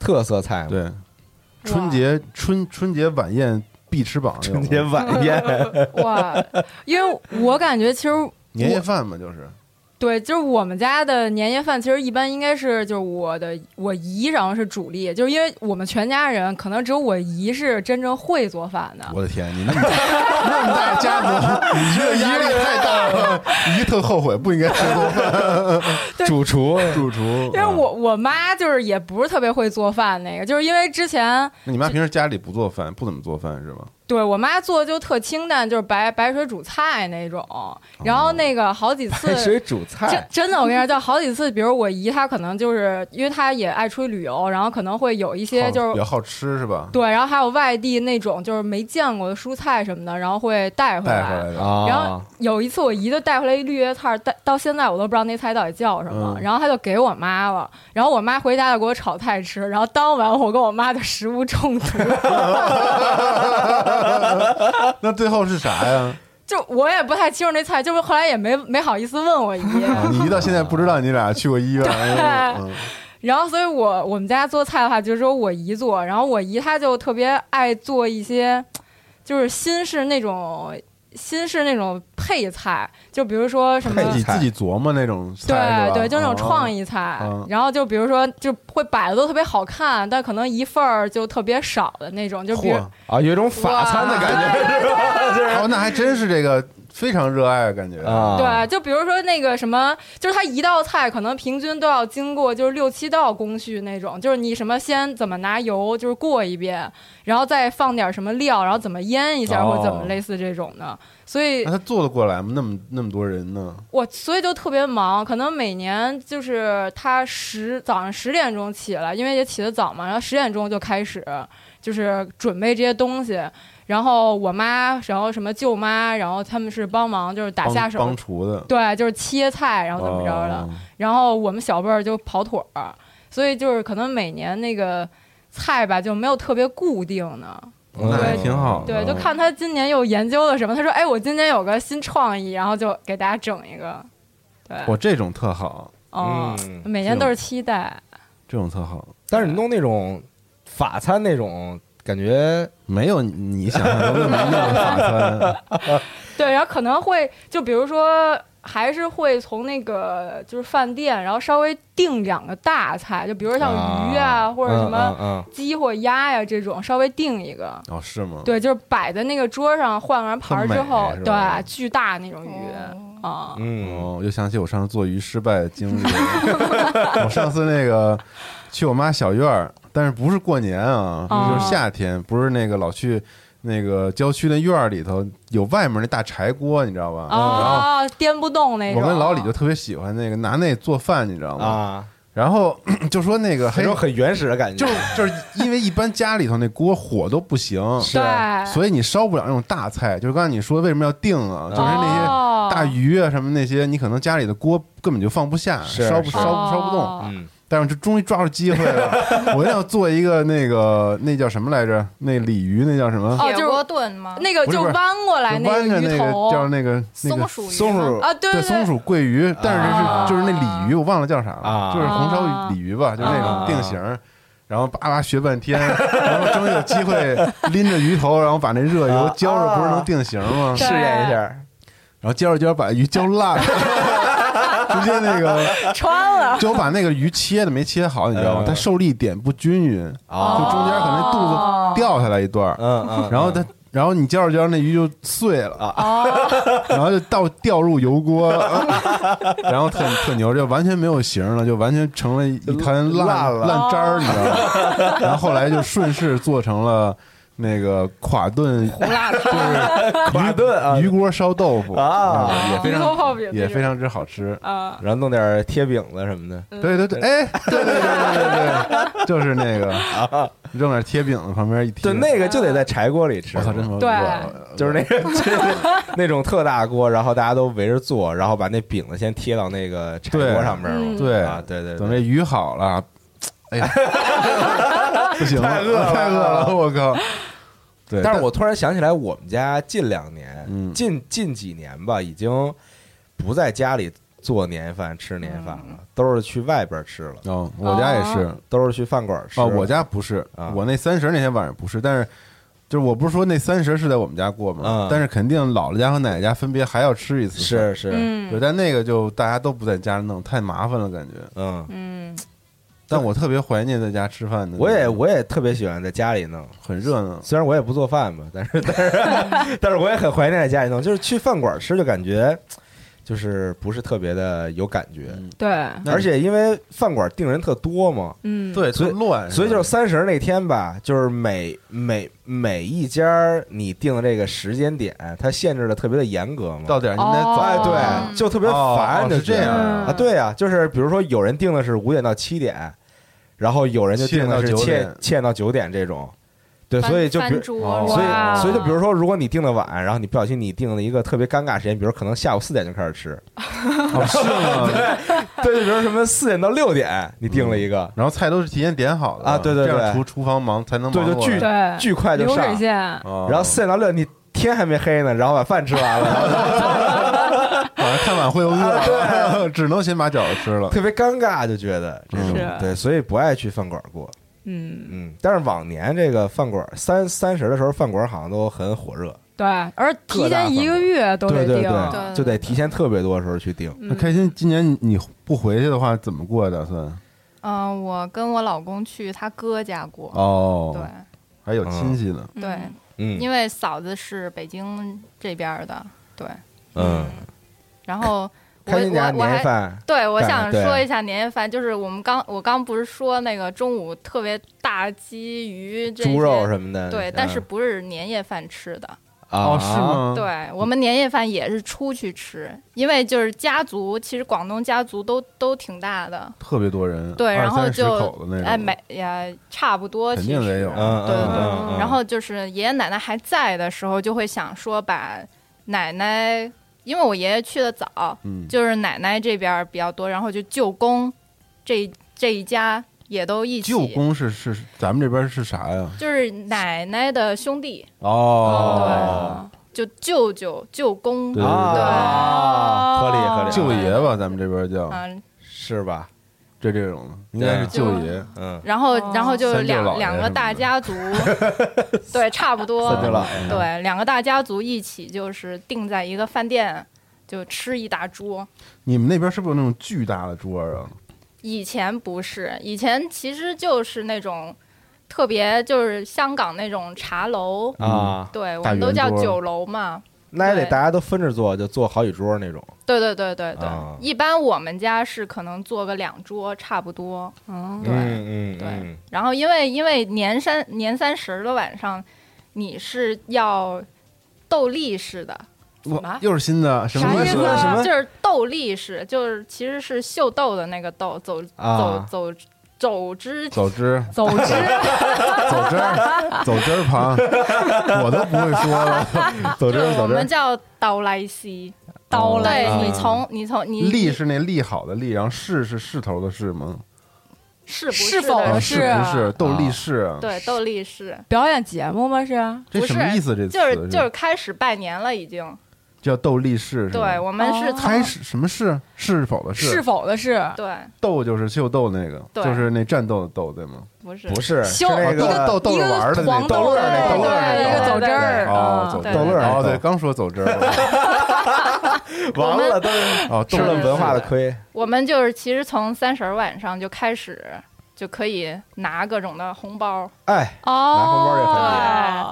B: 特色菜吗？，哎
C: 对，春节春春节晚宴必吃榜有吗，
B: 春节晚宴嗯
D: 哇，因为我感觉其实
C: 年夜饭嘛，就是
D: 对，就是我们家的年夜饭，其实一般应该是就是我的我姨，然后是主力，就是因为我们全家人可能只有我姨是真正会做饭的。
C: 我的天，你那么大那么大家族，你这压力太大了，你特后悔不应该吃过饭。
B: 主厨
C: 主厨，啊
D: 因为
B: 啊
D: 我我妈就是也不是特别会做饭，那个就是因为之前
C: 那你妈平时家里不做饭，不怎么做饭是吧？
D: 对我妈做的就特清淡，就是白白水煮菜那种。然后那个好几次
B: 配哦水煮
D: 真
B: 菜，
D: 真的，我跟你说，就好几次，比如我姨她可能就是因为她也爱出去旅游，然后可能会有一些
C: 好
D: 就
C: 比
D: 是
C: 较好吃是吧？
D: 对，然后还有外地那种就是没见过的蔬菜什么的，然后会带回
C: 带
D: 来。
C: 回来的，
B: 啊
D: 然后有一次我姨就带回来一绿叶菜，带到现在我都不知道那菜到底叫什么，
C: 嗯
D: 然后她就给我妈了，然后我妈回家就给我炒菜吃，然后当晚我跟我妈的食物中毒，
C: 那最后是啥呀？
D: 就我也不太清楚那菜，就是后来也没没好意思问我姨。
C: 啊你一到现在不知道你俩去过医院，哎呦嗯
D: 然后，所以我我们家做菜的话，就是说我姨做，然后我姨她就特别爱做一些，就是新式那种新式那种配菜，就比如说什么
B: 配。
C: 自己
B: 菜
C: 自己琢磨那种菜是
D: 对
C: 吧，
D: 对，就那种创
C: 意。
D: 意菜，
C: 嗯
D: 然后就比如说，就会摆的都特别好看，但可能一份儿就特别少的那种，就比如
C: 嚯，
B: 啊，有一种法餐的感觉，
C: 哦，那还真是这个非常热爱，感觉
B: 啊
D: 对，就比如说那个什么，就是它一道菜可能平均都要经过就是六七道工序那种，就是你什么先怎么拿油就是过一遍，然后再放点什么料，然后怎么腌一下、
B: 哦
D: 或怎么类似这种的，所以
C: 那他做得过来吗？那么那么多人呢？
D: 我所以就特别忙，可能每年就是他十早上十点钟起来，因为也起得早嘛，然后十点钟就开始就是准备这些东西。然后我妈，然后什么舅妈，然后他们是帮忙，就是打
C: 帮
D: 下手
C: 帮厨的，
D: 对，就是切菜，然后怎么着的。
C: 哦？
D: 然后我们小辈儿就跑腿儿，所以就是可能每年那个菜吧就没有特别固定的。
C: 嗯那还挺好的。
D: 对，就看他今年又研究了什么。他说：“哎，我今年有个新创意，然后就给大家整一个。”对，
C: 我这种特好，
D: 哦，
B: 嗯
D: 每年都是期待。
C: 这种特好，
B: 但是你弄那种法餐那种感觉，
C: 没有你想象中那么硬的法餐。
D: 对，然后可能会就比如说。还是会从那个就是饭店，然后稍微定两个大菜，就比如像鱼啊，或
B: 嗯
D: 者什么
B: 么
D: 鸡或鸭呀、这种，稍微定一个。
C: 哦，是吗？
D: 对，就是摆在那个桌上，换完盘儿之后
C: 很美，是吧
D: 对，巨大那种鱼
E: 哦
D: 啊，
B: 嗯，
C: 哦，又想起我上次做鱼失败的经历。我上次那个去我妈小院儿，但是不是过年啊，
D: 哦
C: 就是夏天，不是那个老去那个郊区那院儿里头有外面那大柴锅，你知道吧？嗯然后
D: 啊，颠不动那种。
C: 我跟老李就特别喜欢那个拿那做饭，你知道吗？
B: 啊，
C: 然后就说那个
B: 那
C: 嘿，
B: 种很原始的感觉，
C: 哦就是就是因为一般家里头那锅火都不行，
B: 是
D: 对，
C: 啊所以你烧不了那种大菜。就是刚才你说为什么要定
D: 哦
C: 啊，就是那些
D: 些
C: 大鱼啊什么那些，你可能家里的锅根本就放不下，
B: 是
C: 烧不
B: 是
C: 烧不烧不动。
D: 动。
B: 嗯
C: 但是就终于抓住机会 了，我要做一个那个那叫什么来着？那鲤鱼那叫什么？
D: 哦
E: 铁锅炖吗？
D: 那个
C: 不是
D: 就
C: 不是
D: 弯过来
C: 就弯着
D: 个
C: 那
D: 鱼
C: 个
D: 头
C: 叫那个那
E: 松
C: 个
E: 鼠鱼吗，
B: 松鼠
D: 啊，对
C: 对松鼠桂鱼，但
D: 啊
C: 是是就是那鲤鱼，我忘了叫啥
B: 啊
C: 了，就是红烧鲤鱼吧，就是那
B: 啊
C: 种定型儿。然后叭叭学半天，然后终于有机会拎着鱼头，然后把那热
B: 啊
C: 油浇着，不是能定型吗？
B: 试验一下，
C: 然后浇着浇着把鱼浇烂 了，直接那个
D: 穿了，
C: 就我把那个鱼切的没切好，你知道
B: 嗯？
C: 吗它受力点不均匀，就
B: 啊，
C: 中间可能肚子掉下来一段儿，
B: 嗯嗯，
C: 然后它，然后你浇着浇着那鱼就碎了，
D: 哦，
C: 然后就倒掉入油锅， 然后特特牛，就完全没有形了，就完全成了一滩烂
B: 烂了哦
C: 烂渣儿，你知道吗？然后后来就顺势做成了那个垮 炖
D: 胡辣汤
B: 垮炖啊
C: 鱼锅烧豆腐
B: 啊
C: 也 非
D: 鱼头
C: 常
D: 泡饼
C: 也非常之好吃。
D: 啊，
B: 然后弄点贴饼子什么的。
C: 对对对，哎，对对对对对对，就是那个扔点贴饼子旁边一贴，
B: 啊对，那个就得在柴锅里吃
C: 嗯我，操，真他嗯妈
D: 对
C: 恶
B: 就是那个就是那种特大锅，然后大家都围着坐，然后把那饼子先贴到那个柴锅上面嘛。
D: 嗯
C: 对
B: 啊，对对
C: 等
B: 对，
C: 这鱼好了，哎呀，不行了，
B: 太饿了啊
C: 太饿了，我靠！对，
B: 但是我突然想起来，我们家近两年，
C: 嗯
B: 近近几年吧，已经不在家里做年夜饭吃年夜饭了，都是去外边吃了，
C: 哦，我家也是
B: 都啊是去饭馆吃。
C: 哦，我家不是
B: 啊，
C: 我那三十那天晚上不是，但是就是我不是说那三十是在我们家过吗
B: 嗯？
C: 但是肯定姥姥家和奶奶家分别还要吃一次，
B: 是是，
C: 对，
D: 嗯
C: 但那个就大家都不在家弄，太麻烦了感觉。
B: 嗯，
D: 嗯，
C: 但我特别怀念在家吃饭的，
B: 我也我也特别喜欢在家里弄，
C: 很热闹，
E: 嗯
B: 虽然我也不做饭吧，但是 但是但是我也很怀念在家 里弄，就是去饭馆吃就感觉就是不是特别的有感觉，
C: 嗯
D: 对，
C: 那你
B: 而且因为饭馆订人特多嘛，
D: 嗯，
C: 对，
B: 所以
C: 特乱，
B: 所以就是
C: 吧
B: 三十那天吧，就是每每每一家儿你定的这个时间点，它限制的特别的严格嘛。
C: 到点儿您得走，
D: 哦
B: 哎，
D: 哦
B: 对，就特别烦，
C: 哦
B: 就是
C: 这样
E: 嗯
D: 啊
B: 啊，对啊，就是比如说有人定的是五点到七点，然后有人就定的是
C: 7
B: 七
C: 点到9点
B: 七点到九点这种，对，所以就比
E: 翻桌
C: 哦
B: 所
E: 是吧
D: 哇
B: 以所以就比如说，如果你定的晚，然后你不小心你定了一个特别尴尬时间，比如可能下午四点就开始吃，
C: 哦是 吗？
B: 对，就比如什么四点到六点你定了一个，
C: 然后菜都是提前点好的
B: 啊对对
C: 这
B: 对
C: 样厨厨房忙才能
B: 对
C: 忙
B: 就
C: 过
B: 巨
C: 来
D: 对，
B: 巨快就
D: 流
B: 上
D: 水，线，
C: 哦
B: 然后四点到六你天还没黑呢，然后把饭吃完 了，
C: 晚上看晚会又饿
B: 啊
C: 了， 只能先把饺子吃了。
B: 特别尴尬，就觉得这种
D: 是
B: 对，所以不爱去饭馆过。
C: 啊
D: 嗯，
B: 嗯，但是往年这个饭馆三三十的时候，饭馆好像都很火热，
D: 对，而提前一个月都
B: 对
D: 得
B: 对
D: 定，嗯
B: 对，就得提前特别多的时候去订。
E: 嗯
C: 那开心，今年你你不回去的话，怎么过啊呀？打算
E: 嗯，我跟我老公去他哥家过，
C: 哦
E: 对，
C: 还有亲戚呢，
D: 嗯
E: 对，
B: 嗯
E: 因为嫂子是北京这边儿的，对，
B: 嗯，
E: 然后我
B: 开心家
E: 我我
B: 年夜
E: 还
B: 饭，
E: 对我
B: 干
E: 想
B: 对
E: 说一下年夜饭，就是我们刚我刚不是说那个中午特别大鸡鱼这
B: 猪肉
E: 些
B: 什么的，
E: 对，
B: 嗯
E: 但是不是年夜饭吃的，
B: 啊
C: 哦是？吗？
E: 对我们年夜饭也是出去吃，因为就是家族，其实广东家族都都挺大的，
C: 特别多人，
E: 对然后
C: 二三十
E: 就
C: 口的那种，
E: 哎，每也差不多，
C: 肯
E: 其
C: 定得
E: 实
C: 有
B: 嗯，
E: 对
B: 嗯
E: 对
B: 嗯嗯
E: 然后就是爷爷奶奶还在的时候，就会想说把奶奶，因为我爷爷去的早，
C: 嗯，
E: 就是奶奶这边儿比较多，然后就舅公这一这一家也都一起，
C: 舅公是是咱们这边是啥呀？
E: 就是奶奶的兄弟，
C: 哦，
E: 就舅舅舅公，
C: 对
B: 啊，合理合理，
C: 舅爷吧，咱们这边叫
E: 嗯，
B: 是吧？
C: 这这种的，应该是舅爷，
B: 嗯，
E: 然后
D: 哦
E: 然后就
C: 三舅姥
E: 两
C: 爷
E: 两个大家 族，对，差不多
B: 三舅姥，
C: 嗯
B: 爷
E: 对，两个大家族一起就是定在一个饭店，就吃一大桌。
C: 你们那边是不是有那种巨大的桌儿啊？
E: 以前不是，以前其实就是那种特别就是香港那种茶楼，
B: 啊，
E: 对
C: 嗯
E: 我
C: 大
E: 们都
C: 圆
E: 叫
C: 桌
E: 酒楼嘛。
B: 那也得
E: 对
B: 大家都分着坐，就坐好几桌那种。
E: 对对对对对，
B: 啊
C: 哦
E: 一般我们家是可能坐个两桌差不多。
D: 嗯，
E: 对
B: 嗯嗯
E: 对
B: 嗯，
E: 然后因为因为年三年三十儿的晚上，你是要斗力士的，
C: 哇
E: 么，
C: 又是新的，什么
E: 啥
B: 意
E: 思
B: 思啊 什么
E: 就是斗力士，就是其实是秀逗的那个斗，走、
B: 啊
E: 走走走之
C: 走之
D: 走之，
C: 走之儿走之儿 旁，我都不会说了，走之
E: 就
C: 儿
E: 是我
C: 走之
E: 们
C: 儿。
E: 叫刀来西，
D: 刀来
E: 对
B: 西
E: 你从你从你
C: 利是那利好的利，然后势是势头的势吗？
E: 是不
D: 是
E: 哦是
D: 否
E: 的
C: 啊，
D: 是
C: 是不是斗
B: 啊
C: 力士啊？
E: 对斗力士，
D: 表演节目吗？是
C: 这
E: 不
C: 什么
E: 是
C: 意思？这词
E: 就是就是开始拜年了已经。
C: 叫斗力士，是吗
E: 对，我们是
D: 哦
E: 从
C: 开始什么是是否的
D: 是
C: 是
D: 否的是
E: 对
C: 斗就是秀斗那个，
E: 对
C: 就是那战斗的斗对吗？
E: 不是
B: 不是，是
D: 秀
B: 那
C: 一个
B: 个
C: 逗逗着玩儿的那
D: 黄
B: 逗
D: 豆
B: 乐儿那
D: 对
B: 逗乐儿
D: 对
B: 那
D: 一个
B: 逗
D: 走
E: 乐儿
D: 之儿，
C: 哦，走
D: 嗯
E: 对
B: 逗乐儿
C: 哦，
B: 那
C: 对，
B: 斗
C: 刚说走之儿，
B: 完了都
C: 哦，
B: 吃
C: 斗
B: 了
C: 力士
B: 文化的亏。
E: 我们就是其实从三十儿晚上就开始就可以拿各种的红包，
B: 哎，
D: 啊
B: 拿红包也很厉
D: 哦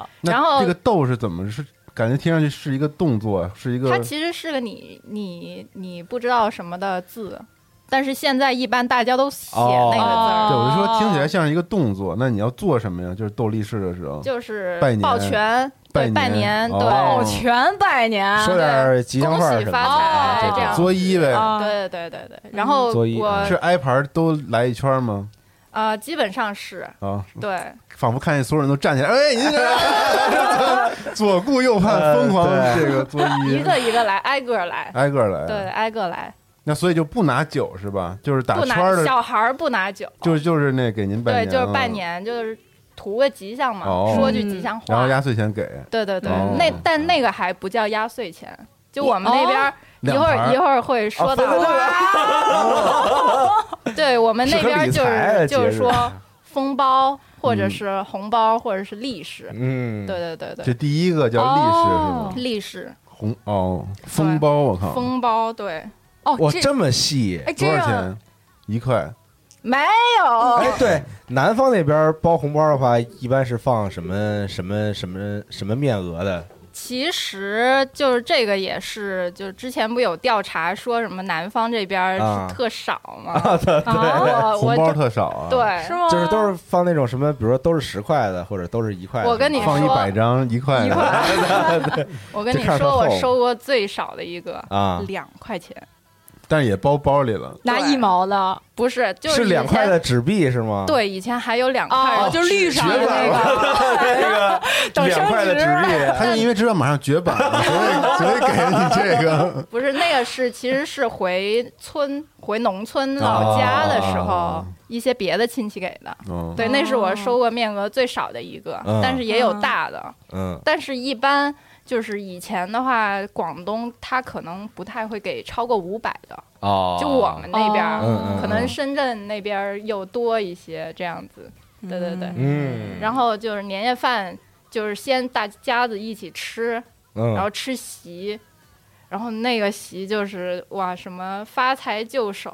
E: 害，
C: 那
E: 然后
C: 这个斗是怎么是？感觉听上去是啊一个动作，是一个
E: 它其实是个你你你不知道什么的字，但是现在一般大家都写
C: 哦
E: 那个字儿，
D: 哦
C: 对，我就说听起来像是一个动作。那你要做什么呀？就是斗力士的时候，
E: 就是
C: 拜年
E: 抱拳，
C: 拜
E: 对
C: 年
E: 拜年，
C: 哦
E: 对，
D: 哦，全拜年，
B: 说点儿吉祥话
E: 啊恭
B: 儿什
E: 喜
B: 么的
E: 发
B: 啊，
C: 哦
B: 这
E: 财这
B: 种
E: 样
C: 作揖呗
B: 哎
D: 啊
E: 对对对对。然后
B: 作揖
E: 我
C: 是挨牌都来一圈吗？
E: 呃，基本上是
C: 啊，
E: 对，
C: 仿佛看见所有人都站起来，哎，您这 左顾右盼，
B: 呃
C: 疯狂
B: 对
C: 这个作
E: 一
C: 揖，
E: 个一个来，挨个儿来，
C: 挨个儿来。啊
E: 对，，挨个来，
C: 那所以就不拿酒是吧？就是打
E: 不
C: 圈儿
E: 拿
C: 的，
E: 小孩儿不拿酒，
C: 就是就是那给您拜
E: 对，
C: 年，
E: 就是拜
C: 嗯。
E: 年，就是图个吉祥嘛
C: 哦，
E: 说句吉祥
C: 然后
E: 话，
C: 压岁钱给
E: 对对对
C: 哦，
E: 那但那个还不叫压岁钱，就我们那边儿一
C: 两
E: 会
C: 盘
E: 儿一
C: 儿，
E: 会儿会说到， 对我们那边儿就
B: 适合理财啊
E: 是就是
B: 节
E: 说
B: 日
E: 封包或者是红包或者是利是，
B: 嗯，
E: 对对对
C: 这
E: 对，
C: 第一个叫利是是吗
D: 哦？
E: 利是
C: 红哦，封包我靠，
E: 封包对，
D: 哦，
B: 哇，
D: 这
B: 这么细
D: 哎，这
C: 多少
D: 样
C: 钱？一块，
E: 没有
B: 哎，对，南方那边包红包的话，一般是放什么什么什么什么面额的？
E: 其实就是这个也是，就是之前不有调查说什么南方这边儿
B: 啊
E: 是特少吗？
D: 啊
E: 我
C: 红
E: 呃我
C: 包
E: 就
C: 特少啊，，
D: 是
E: 对，
D: 吗？
B: 就是都是放那种什么，比如说都是十块的，或者都是一块的。
E: 我跟你
C: 放一
E: 说
C: 百张一块
E: 一
C: 的，
E: 块。我跟你
B: 这看着
E: 说，
B: 特
E: 我
B: 厚
E: 收过最少的一个
B: 啊，
E: 两块钱，
C: 但是也包包里了。
D: 拿一毛的，
E: 不是，就是以
B: 两块
E: 前
B: 的纸币是吗？，
E: 对，以前还有两块
D: 哦，
E: 的，
D: 就绿上的那个，
B: 那个
D: 等升
B: 两块的
D: 值
B: 纸
E: 呃
C: 他就因为知道马上绝版了，所以所以给你这个。
E: 不是那个是，其实是回村、回农村
B: 哦
E: 老家的时候
C: 哦，
E: 一些别的亲戚给的。
C: 嗯，
E: 对，那是
D: 哦
E: 我收过面额最少的一个
B: 嗯，
E: 但是也有大的。
B: 币，嗯，
E: 但是，一般就是以前的话，广东他可能不太会给超过五百的，
B: 哦
E: 就我们那边儿，
B: 嗯嗯
E: 可能深圳那边儿又多一些这样子。对对对。
B: 嗯，
E: 然后就是年夜饭，就是先大家子一起吃，然
B: 嗯，
E: 后吃席，然后那个席就是哇什么发财就手，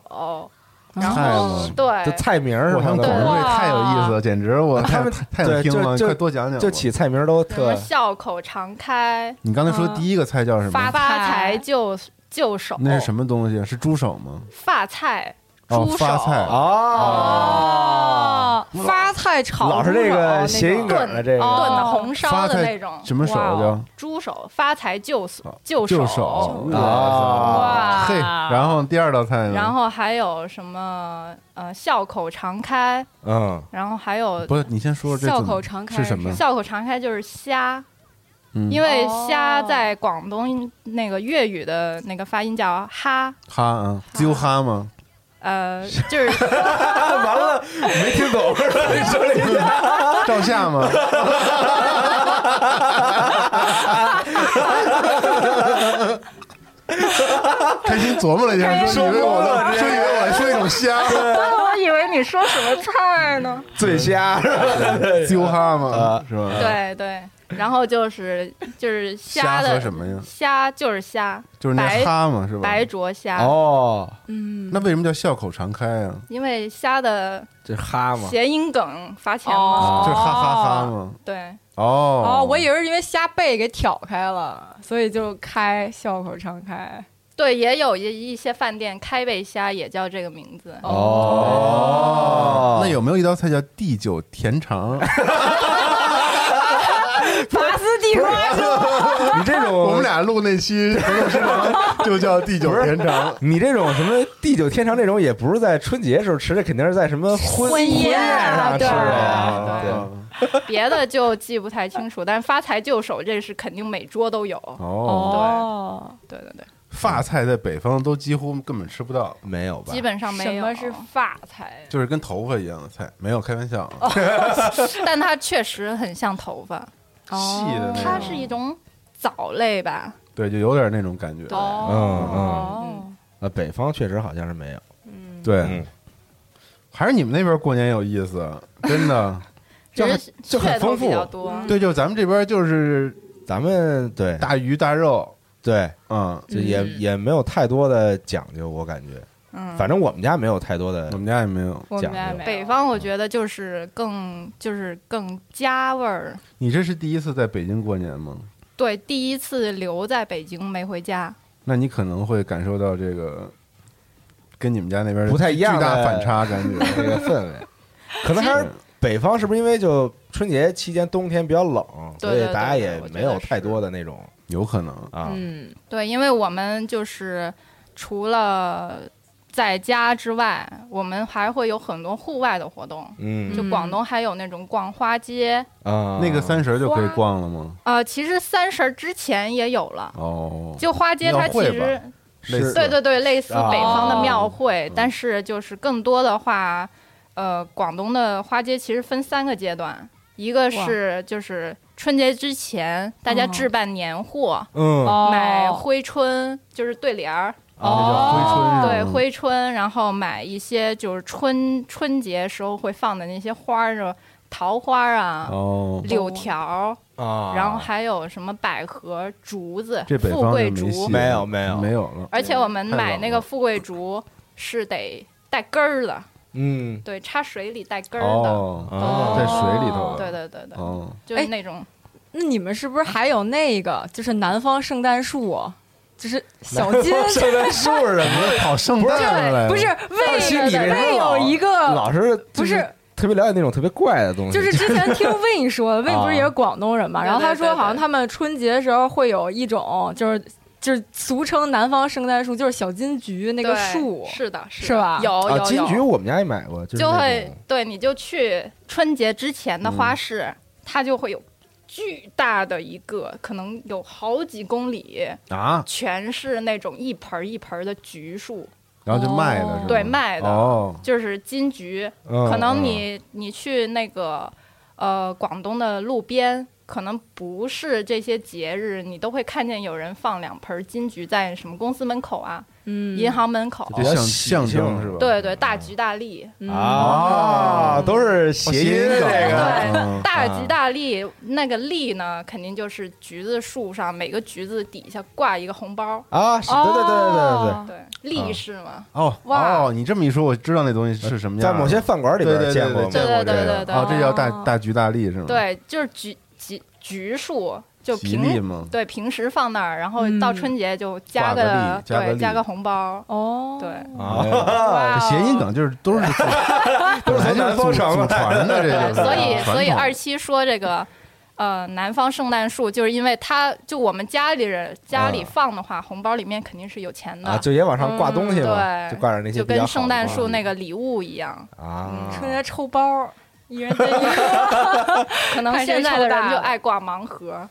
E: 然
C: 菜
E: 后
C: 吗
B: 就
E: 对
B: 菜名儿
C: 我
B: 是
C: 他
B: 吗
C: 们？广东这太有意思了，简直我
B: 他
C: 太
B: 们
C: 太想
B: 对
C: 听
B: 就
C: 了，你
B: 就
C: 快多讲讲吧。
B: 就起菜名儿都
E: 什么
B: 特
E: 笑口常开，
C: 你刚才说第一个菜叫什
E: 嗯发哦
C: 么？
E: 财就就手，
C: 那是什么东西？是猪手吗？
E: 发菜
C: 哦
E: 猪，手
C: 发菜
B: 啊哦，
D: 哦，发菜炒
B: 嗯老是这个谐音梗
D: 梗，
B: 儿的这
E: 嗯
B: 个
E: 炖
D: 哦
E: 的红烧
C: 啊发
E: 的
C: 菜
E: 那种
C: 什么手
D: 哇
C: 叫
D: 哦
C: 哦
E: 猪手，发财就手哦就
C: 就啊
E: 手，
C: 哇
D: 哇
C: 嘿，然后第二道菜呢？
E: 啊然后还有什么呃笑口常开，
B: 嗯，
E: 然后还有
C: 不是你先说这
D: 笑
C: 怎么
D: 口常开
C: 是什么？
E: 笑口常开就是虾。
C: 嗯
E: 因为虾
D: 哦
E: 在广东那个粤语的那个发音叫哈，
C: 哈啊，揪哈吗？
E: 呃，就是
B: 完了没听懂，
C: 照下吗？开心琢磨了一下，说以为我在说以为我说一种虾，
E: 我以为你说什么菜呢？
B: 醉虾，
C: 揪哈吗
B: 啊？
C: 是吧？，
E: 对对，然后就是就是
C: 虾
E: 虾
C: 和
E: 的
C: 什么呀？嗯
E: 虾就是虾，
C: 就是那哈嘛，是吧？
E: 白灼虾，
B: 哦，
D: 嗯，
C: 那为什么叫笑口常开啊？
E: 因为虾的
B: 这哈嘛，
E: 谐音梗罚钱嘛。
D: 哦
C: 就是哈哈哈嘛。
E: 对，
C: 哦
D: 哦，我以为是因为虾背给挑开了，所以就开笑口常开。
E: 对，也有一一些饭店开胃虾也叫这个名字。
B: 哦
C: 那有没有一道菜叫地久天长？
D: 拔丝地瓜就
B: 你这种
C: 我们俩录那期《河东食堂》就叫地久天长。
B: 你这种什么地久天长这种，也不是在春节时候吃的，肯定是在什么婚
D: 婚宴
B: 宴上吃
D: 对
B: 的
E: 啊对
C: 啊
B: 呀。
E: 啊对
B: 对，
E: 别的就记不太清楚，但是发财就手这是肯定每桌都有。
C: 哦，
D: 哦，
E: 对对对，
C: 发菜在北方都几乎根本吃不到，
B: 没有吧
E: 基？本上
D: 什
E: 没有。
D: 么是发菜？
C: 就是跟头发一样的菜，没有开玩笑啊，
E: 但它确实很像头发，
C: 细的
B: 嗯
C: 那
E: 哦它
C: 种，
E: 是一种藻类吧？
C: 对，就有点那种感觉。
E: 哦
B: 嗯呃，北方确实好像是没有。
C: 对
B: 嗯，，
C: 还是你们那边过年有意思，啊真 的。
B: 就很
E: 只是
B: 就很
E: 噱
B: 丰
E: 头
B: 富嗯
E: 比较多。嗯
C: 对，就咱们这边就是
B: 咱们对
C: 大鱼大肉，
B: 对，
C: 嗯，
B: 就也
D: 嗯
B: 也没有太多的讲究，我感觉，
E: 嗯，
B: 反正我们家没有太多的
C: 我们家也没有。
D: 我
B: 讲
D: 们家
B: 究
D: 没有
E: 北方我觉得就是更就是更家味儿。
C: 你这是第一次在北京过年吗？
E: 对，第一次留在北京没回家，
C: 那你可能会感受到这个跟你们家那边
B: 不太一样
C: 巨大
B: 的
C: 反差感觉。
B: 这个氛 围，可能还是北方是不是因为就春节期间冬天比较冷，所
E: 对
B: 以
E: 对对
B: 大家也
E: 我觉
B: 没
E: 得
B: 有太
E: 是
B: 多的那种
C: 有可能，
B: 啊，
D: 嗯，
E: 对，因为我们就是除了在家之外，我们还会有很多户外的活动。
B: 嗯
E: 就广东还有那种逛花街，
B: 啊，
C: 那个三十就可以逛了吗？
E: 呃，其实三十儿之前也有了。
C: 哦，
E: 就花街，它
C: 庙会
E: 其
C: 吧
E: 实
B: 是
C: 类似
E: 对对对，类似
C: 啊
E: 北方的庙会，
C: 哦
E: 但是就是更多的话，呃，广东的花街其实分三个阶段，一个是就是春节之前大家
D: 哦
E: 置办年货，
B: 嗯
D: 哦
E: 买徽春，就是对联儿，
C: 哦那叫
D: 哦
C: 嗯
E: 对徽春，然后买一些就是春春节时候会放的那些花儿，就桃花啊。
C: 哦，
E: 柳条，
B: 啊，
E: 然后还有什么百合、竹子、
C: 这北
E: 富
C: 方
E: 贵
C: 就
E: 竹
C: 没，戏了，
B: 没有没有
C: 没有了。
E: 而且我们
B: 嗯太
E: 买
B: 冷
E: 那
B: 了
E: 个富贵竹是得带根儿的，
B: 嗯
E: 对，插水里带根儿的，
C: 哦，
B: 啊，
C: 在水里头，
E: 对，对对对，
C: 哦，
D: 哎
E: 就是那种
D: 那你们是不是还有那个就是南方圣诞树啊，就是小金
B: 圣诞树什么的，
C: 跑圣诞上来了，
D: 不是为
B: 期你为什么
D: 为有一个
E: 呃
B: 老是
D: 不
B: 就是
D: 是。
B: 特别了解那种特别怪的东西，
D: 就是之前 听 Win 说的，Win 不是也是广东人嘛，
E: 啊
D: 然后他
E: 对对
D: 说
E: 对
D: 好像他们春节的时候会有一种就是就是俗称南方圣诞树，就是小金桔那个
E: 对
D: 树，
E: 是的，是
D: 是
E: 的
D: 吧
E: 有有
B: 啊，
E: 有，
B: 金桔我们家也买过，就
E: 就是
B: 那
E: 会
B: 种嗯
E: 对，你就去春节之前的花市，它就会有巨大的一个，可能有好几公里，
C: 啊，
E: 全是那种一盆儿一盆儿的橘树，
C: 然后就卖的是吧？
E: 对，卖的、
C: 哦，
E: 就是金桔，
B: 嗯
E: 可能
B: 嗯
E: 你你去那个呃广东的路边，可能不是这些节日，你都会看见有人放两盆金桔在什么公司门口啊、
D: 嗯，
E: 银行门口，
B: 比较
C: 象
B: 喜
C: 象征
B: 庆
C: 是吧？
E: 对对，大吉大利，
D: 嗯
B: 啊，都是谐音啊这
C: 哦谐音
B: 个
C: 梗
E: 对，大
C: 嗯
E: 吉大利，那个利呢，肯定就是橘子树上每个橘子底下挂一个红包，
B: 啊，是对对对对对
D: 哦
E: 对，利是嘛，
C: 哦
D: 哇
C: 哦，你这么一说，我知道那东西是什么
B: 对，
C: 样
B: 在
C: 了，
B: 某些饭馆里
C: 对
B: 边
C: 对对
B: 见过
C: 对
B: 吗，
E: 对
C: 见过这
E: 对
C: 个
E: 对对
C: 哦，这叫大
D: 哦
C: 大吉大利是吗？，
E: 啊对，就是橘橘橘树，
C: 嗯
E: 就
C: 吉
E: 平
C: 利嘛，
E: 对，平时放那儿，然后
D: 嗯
E: 到春节就
C: 挂
E: 加
C: 个利加个
E: 对
C: 利
E: 加个红包，
D: 哦，
E: 对，
B: 啊，
E: 哇
C: 哎这
E: 哦
C: 谐音梗就是都是
B: 都是从南方传过
C: 祖
B: 来
C: 传的，这
E: 对，
C: 就是
E: 所以
C: 传统
E: 所以二七说这个。呃，南方圣诞树就是因为它，就我们家里人家里
B: 啊
E: 放的话，红包里面肯定是有钱的，
B: 啊，就也往上挂东西嘛，
E: 嗯对
B: 就挂上那些
E: 就
B: 比较
E: 跟
B: 好嗯
E: 圣诞
B: 的
E: 树那个礼物一样，
B: 啊，
D: 春 节抽包，一人分一个。
E: 可能
D: 看谁
E: 现在的
D: 抽大
E: 人就
D: 了
E: 爱挂盲盒，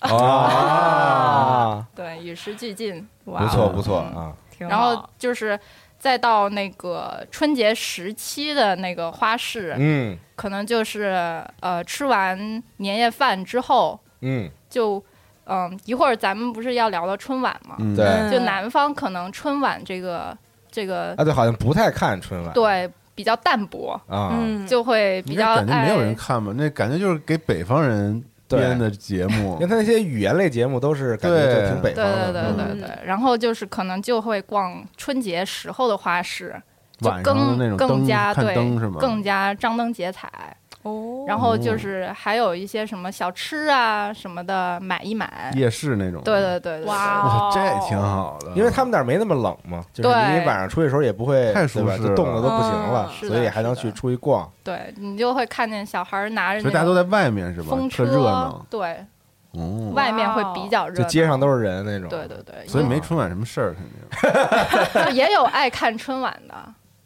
B: 啊，
E: 对，与时俱进。
B: 不
D: 不
B: 错不错
E: 哦
B: 啊，
D: 哦挺
E: 然后
D: 好
E: 就是再到那个春节时期的那个花市，
B: 嗯
E: 可能就是呃吃完年夜饭之后，
B: 嗯，
E: 就嗯一会儿咱们不是要聊到春晚嘛，
C: 嗯
B: 对
D: 嗯
E: 就南方可能春晚这个这个
C: 呃
B: 啊对，好像不太看春晚
E: 对比较淡薄，
B: 啊，
D: 嗯，
E: 就会比
C: 应
E: 较
C: 该感觉没有
E: 爱
C: 人看吧？那感觉就是给北方人编的节目
B: 因为，他那些语言类节目都是感觉
C: 对
B: 就挺北
E: 对
B: 方的，嗯
E: 对对
D: 嗯
E: 对对，然后就是可能就会逛春节时候的花市，就
C: 晚上的那种
E: 更更
C: 灯
E: 加
C: 看
E: 对
C: 灯是吗？
E: 更加张灯结彩，
D: 哦，
E: 然后就是还有一些什么小吃啊什么的买一买，
C: 夜市那种，
E: 对对对对，
D: 哇
C: 哇，
D: 哦
C: 这挺好的，
B: 因为他们那儿没那么冷嘛，就是
E: 对
B: 你晚上出去的时候也不会
C: 太舒
B: 对吧
C: 适
B: 就冻得
C: 了
B: 都不行了，
E: 嗯是的
B: 所以还能
E: 是的
B: 去出去逛。
E: 对对你就会看见小孩儿拿着
C: 所
E: 那
C: 以大家都
E: 种
C: 在外面是吧
E: 风？
C: 特热
E: 车
C: 闹，，
E: 对，
C: 哦，
E: 外面会比较热
B: 就
E: 闹，
B: 街上都是人那种。
E: 对对对，
C: 所以没春晚什么事儿，肯定
E: 就也 有爱看春晚的，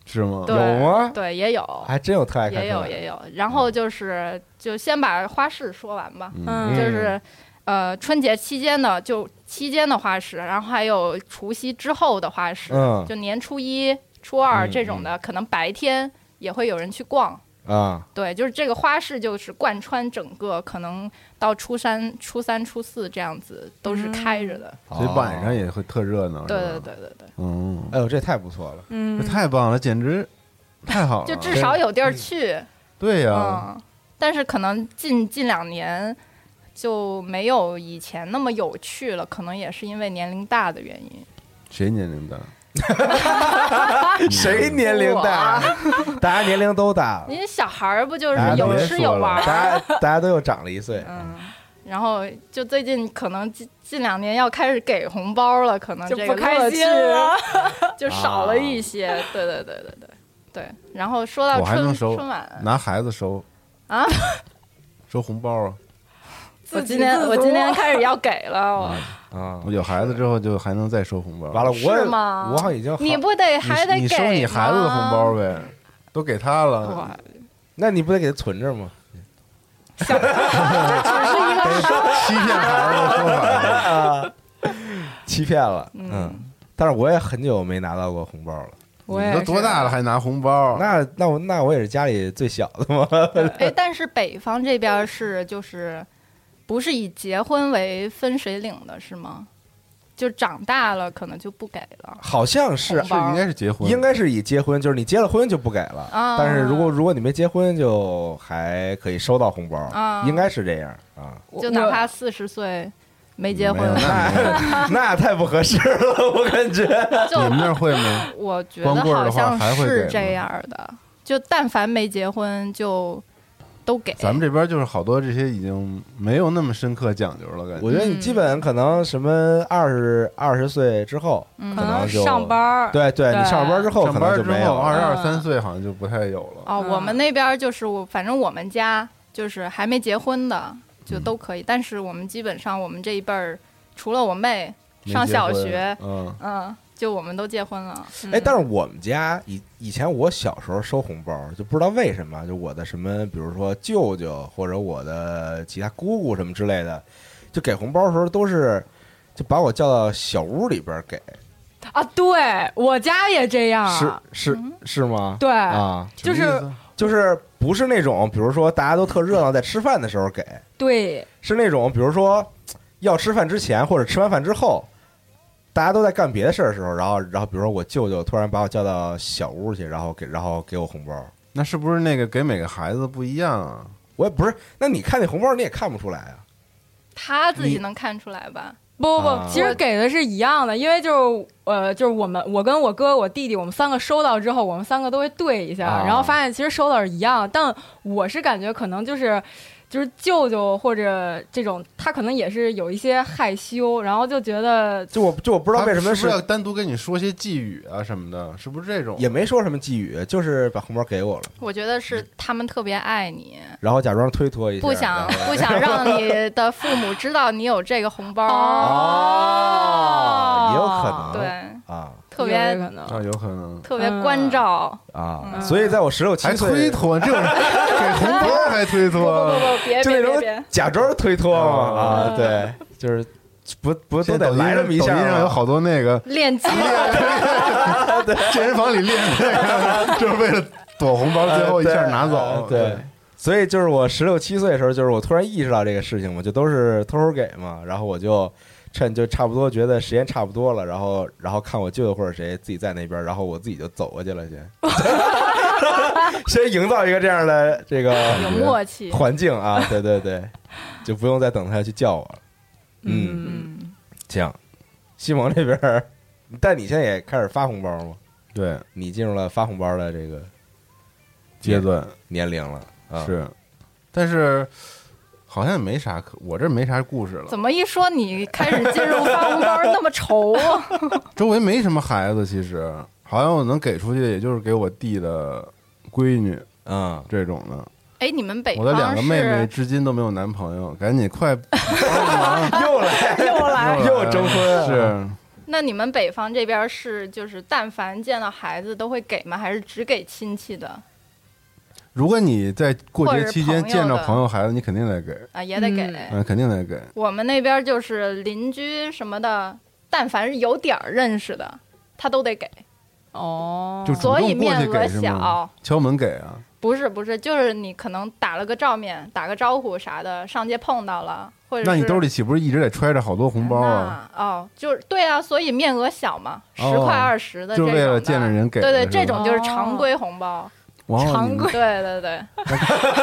C: 是吗？
E: 对
B: 有
C: 啊
B: 吗
E: 对也有
B: 还真有特爱看
E: 也
B: 春
E: 有
B: 晚。
E: 也有，然
B: 嗯
E: 后就是就先把花市说完吧，
D: 嗯
E: 就
B: 嗯
E: 是呃春节期间的就期间的花市，然后还有除夕之后的花市，
B: 嗯
E: 就年初一、初二
B: 嗯
E: 这种的，可能白天也会有人去逛。
B: 啊，
E: 对，就是这个花市，就是贯穿整个，可能到初三、初三、初四这样子都是开着的。
C: 所以晚上也会特热
B: 哦
C: 闹，
E: 对
C: 是吧
E: 对，对对对，
C: 嗯，
B: 哎呦，这太不错了。
D: 嗯
C: 这，太棒了，简直太好了，
E: 就
B: 哦
E: 至少有地
B: 嗯
E: 儿去。
C: 对呀，
E: 嗯，但是可能近近两年就没有以前那么有趣了，可能也是因为年龄大的原因。
C: 谁年龄大？嗯
B: 谁年龄大？啊 大家年龄都大了，
E: 啊您小孩儿不就是
B: 大
C: 哎
B: 家都
E: 有
B: 别
E: 吃
B: 说
E: 有
B: 了
E: 玩儿？
B: 大家大家都又长了一岁。
E: 嗯，然后就最近可能近近两年要开始给红包了，可能
D: 就
E: 这
D: 不
E: 个
D: 开
E: 乐
D: 心
E: 趣
D: 了
E: 就少了一些。对对对对对对。然后说到
C: 我还能
E: 春
C: 收
E: 春晚，
C: 拿孩子收
E: 啊，
C: 收红包啊！
E: 我
D: 自
E: 今
D: 给
E: 天
D: 自
E: 我
D: 足
E: 今天开始要给了，
C: 嗯
E: 我
B: 啊
C: 我，有孩子之后就还能再收红包。
B: 完了，我
E: 是吗
B: 我好像已经好
E: 你不得
C: 你，
E: 还得给
C: 你收你孩子的红包呗，都给他了。
E: 哇，
B: 那你不得给他存着吗？
C: 欺骗孩子的说法，
B: 啊， 欺骗了，
E: 嗯
B: 嗯。但是我也很久没拿到过红包了，
D: 我
C: 你
D: 也
C: 都多大了还拿红
E: 哦
C: 包？
B: 那那我那我也是家里最小的嘛，
E: 哎，但是北方这边是就是不是以结婚为分水岭的是吗？就长大了可能就不给了
B: 好像是
E: 红
C: 是
E: 包
C: 应该是结婚，
B: 应该是以结婚，就是你结了婚就不给了，
E: 啊
B: 但是如果如果你没结婚，就还可以收到红包，
E: 啊
B: 应该是这样 啊。
D: 是
E: 就哪怕四十岁没结婚
C: 没有那没有
B: 那太不合适了，我感 觉。
E: 就
C: 你们那儿会 吗？
E: 我觉
C: 光
E: 得
C: 棍儿
E: 好
C: 的话
E: 像
C: 还会给
E: 是
C: 吗
E: 这样的，就但凡没结婚就都给。
C: 咱们这边就是好多这些已经没有那么深刻讲究了，感觉
B: 我觉得你基本可能什么二十二十岁之后，
E: 嗯
B: 可能就
D: 上班儿，
B: 对对，你
D: 对
B: 上班之后可
C: 上
B: 能
C: 班
B: 就
C: 之
B: 没有
C: 后二
B: 了
C: 十二
E: 嗯
C: 三岁好像就不太有了。
E: 哦，
D: 嗯
E: 我们那边就是我，反正我们家就是还没结婚的就
C: 嗯
E: 都可以，但是我们基本上我们这一辈儿，除了我妹
C: 没
E: 上
C: 结
E: 小
C: 婚
E: 学，
C: 嗯，
E: 嗯，就我们都结婚了。
B: 哎，但是我们家以以前我小时候收红包，就不知道为什么，就我的什么，比如说舅舅或者我的其他姑姑什么之类的，就给红包的时候都是就把我叫到小屋里边儿给，
D: 啊，对我家也这样，
B: 是是是吗？
D: 啊对，
B: 啊，
D: 就
C: 什么
D: 是
C: 意思
B: 就是不是那种，比如说大家都特热闹在吃饭的时候给，
D: 对，
B: 是那种比如说要吃饭之前或者吃完饭之后。大家都在干别的事儿的时候，然后，然后，比如说我舅舅突然把我叫到小屋去，然后给，然后给我红包，
C: 那是不是那个给每个孩子不一样啊？
B: 我也不是，那你看那红包你也看不出来啊。
E: 她自
B: 你
E: 己能看出来吧？
D: 不不不，
B: 啊
D: 其实给的是一样的，因为就是呃，就是我们我跟我哥我弟弟我们三个收到之后，我们三个都会对一下，
B: 啊
D: 然后发现其实收到是一样的，但我是感觉可能就是。就是舅舅或者这种，他可能也是有一些害羞，然后就觉得
B: 就我就我不
C: 不
B: 知道为什么
C: 是不是要单独跟你说些寄语啊什么的？是不是这种？
B: 也没说什么寄语，就是把红包给我了，
E: 我觉得是他们特别爱你，
B: 然后假装推脱一下，
E: 嗯不
B: 然
E: 想
B: 后
E: 不想让你的父母知道你有这个红包，
B: 哦啊也有可能
E: 对，
B: 啊
E: 特
D: 有这
E: 别
D: 可能
C: 啊，有可能
E: 特别关照。
B: 啊，
E: 嗯
B: 所以在我十六七
C: 还推
B: 岁。
C: 脱，这种给红包还推
E: 不
D: 嗯
E: 不
C: 脱
E: 不，不，别
B: 就
E: 别
B: 那
E: 别
B: 种
E: 别，嗯
B: 假装推脱嘛
C: 啊
B: 啊，对，就是不不都
C: 现在
B: 得
C: 抖音
B: 来这
C: 上
B: 么一下
C: 抖音上有
B: 吗？
C: 好多那个
E: 练肌肉。
C: 健身房里练那 个，就是为了躲红包，最后一下拿走
B: 呃。对，对，所以就是我十六七岁的时候，就是我突然意识到这个事情嘛，就都是偷偷给嘛，然后我就趁就差不多觉得时间差不多了，然后然后看我舅舅或者谁自己在那边，然后我自己就走过去了， 先先营造一个这样的这个
E: 有默契。
B: 环境啊，对对对，就不用再等他去叫我了。嗯，
D: 嗯，
B: 这样，西蒙这边儿，但你现在也开始发红包吗？
C: 对，
B: 你进入了发红包的这个
C: 阶段
B: 年龄了啊？
C: 是，但是好像也没啥可，我这没啥故事了。
E: 怎么一说你开始进入发红包那么愁啊？
C: 周围没什么孩子，其实好像我能给出去，也就是给我弟的闺女
B: 嗯，
C: 这种的。
E: 哎，你们北
C: 我的两
E: 方
C: 个妹妹
E: 是
C: 至今都没有男朋友，赶紧快
B: 又来又来又征婚啊，
C: 是
E: 那你们北方这边是就是但凡见到孩子都会给吗？还是只给亲戚的
C: 如果你在过节期间
E: 或者是朋友
C: 见
E: 的
C: 着朋友孩子，你肯定得给，
E: 啊？也得给。
D: 嗯
C: 嗯，肯定得给。
E: 我们那边就是邻居什么的，但凡是有点儿认识的，他都得给，
D: 哦，
C: 就主
E: 所以
C: 动过
E: 面
C: 去
E: 额
C: 给是吗？
E: 小。
C: 敲门给啊，
E: 不是不是，就是你可能打了个照面，打个招呼啥的，上街碰到了，或者是
C: 那你兜里岂不是一直得揣着好多红包啊？
E: 那哦，就是对啊，所以面额小嘛，十
C: 哦
E: 块二十的这
C: 就
E: 种
C: 为
E: 的，
C: 了见着人给
E: 对对，
C: 的是吧
E: 这种就是常规红包，
C: 哇
D: 常
C: 你们
D: 规
E: 对对对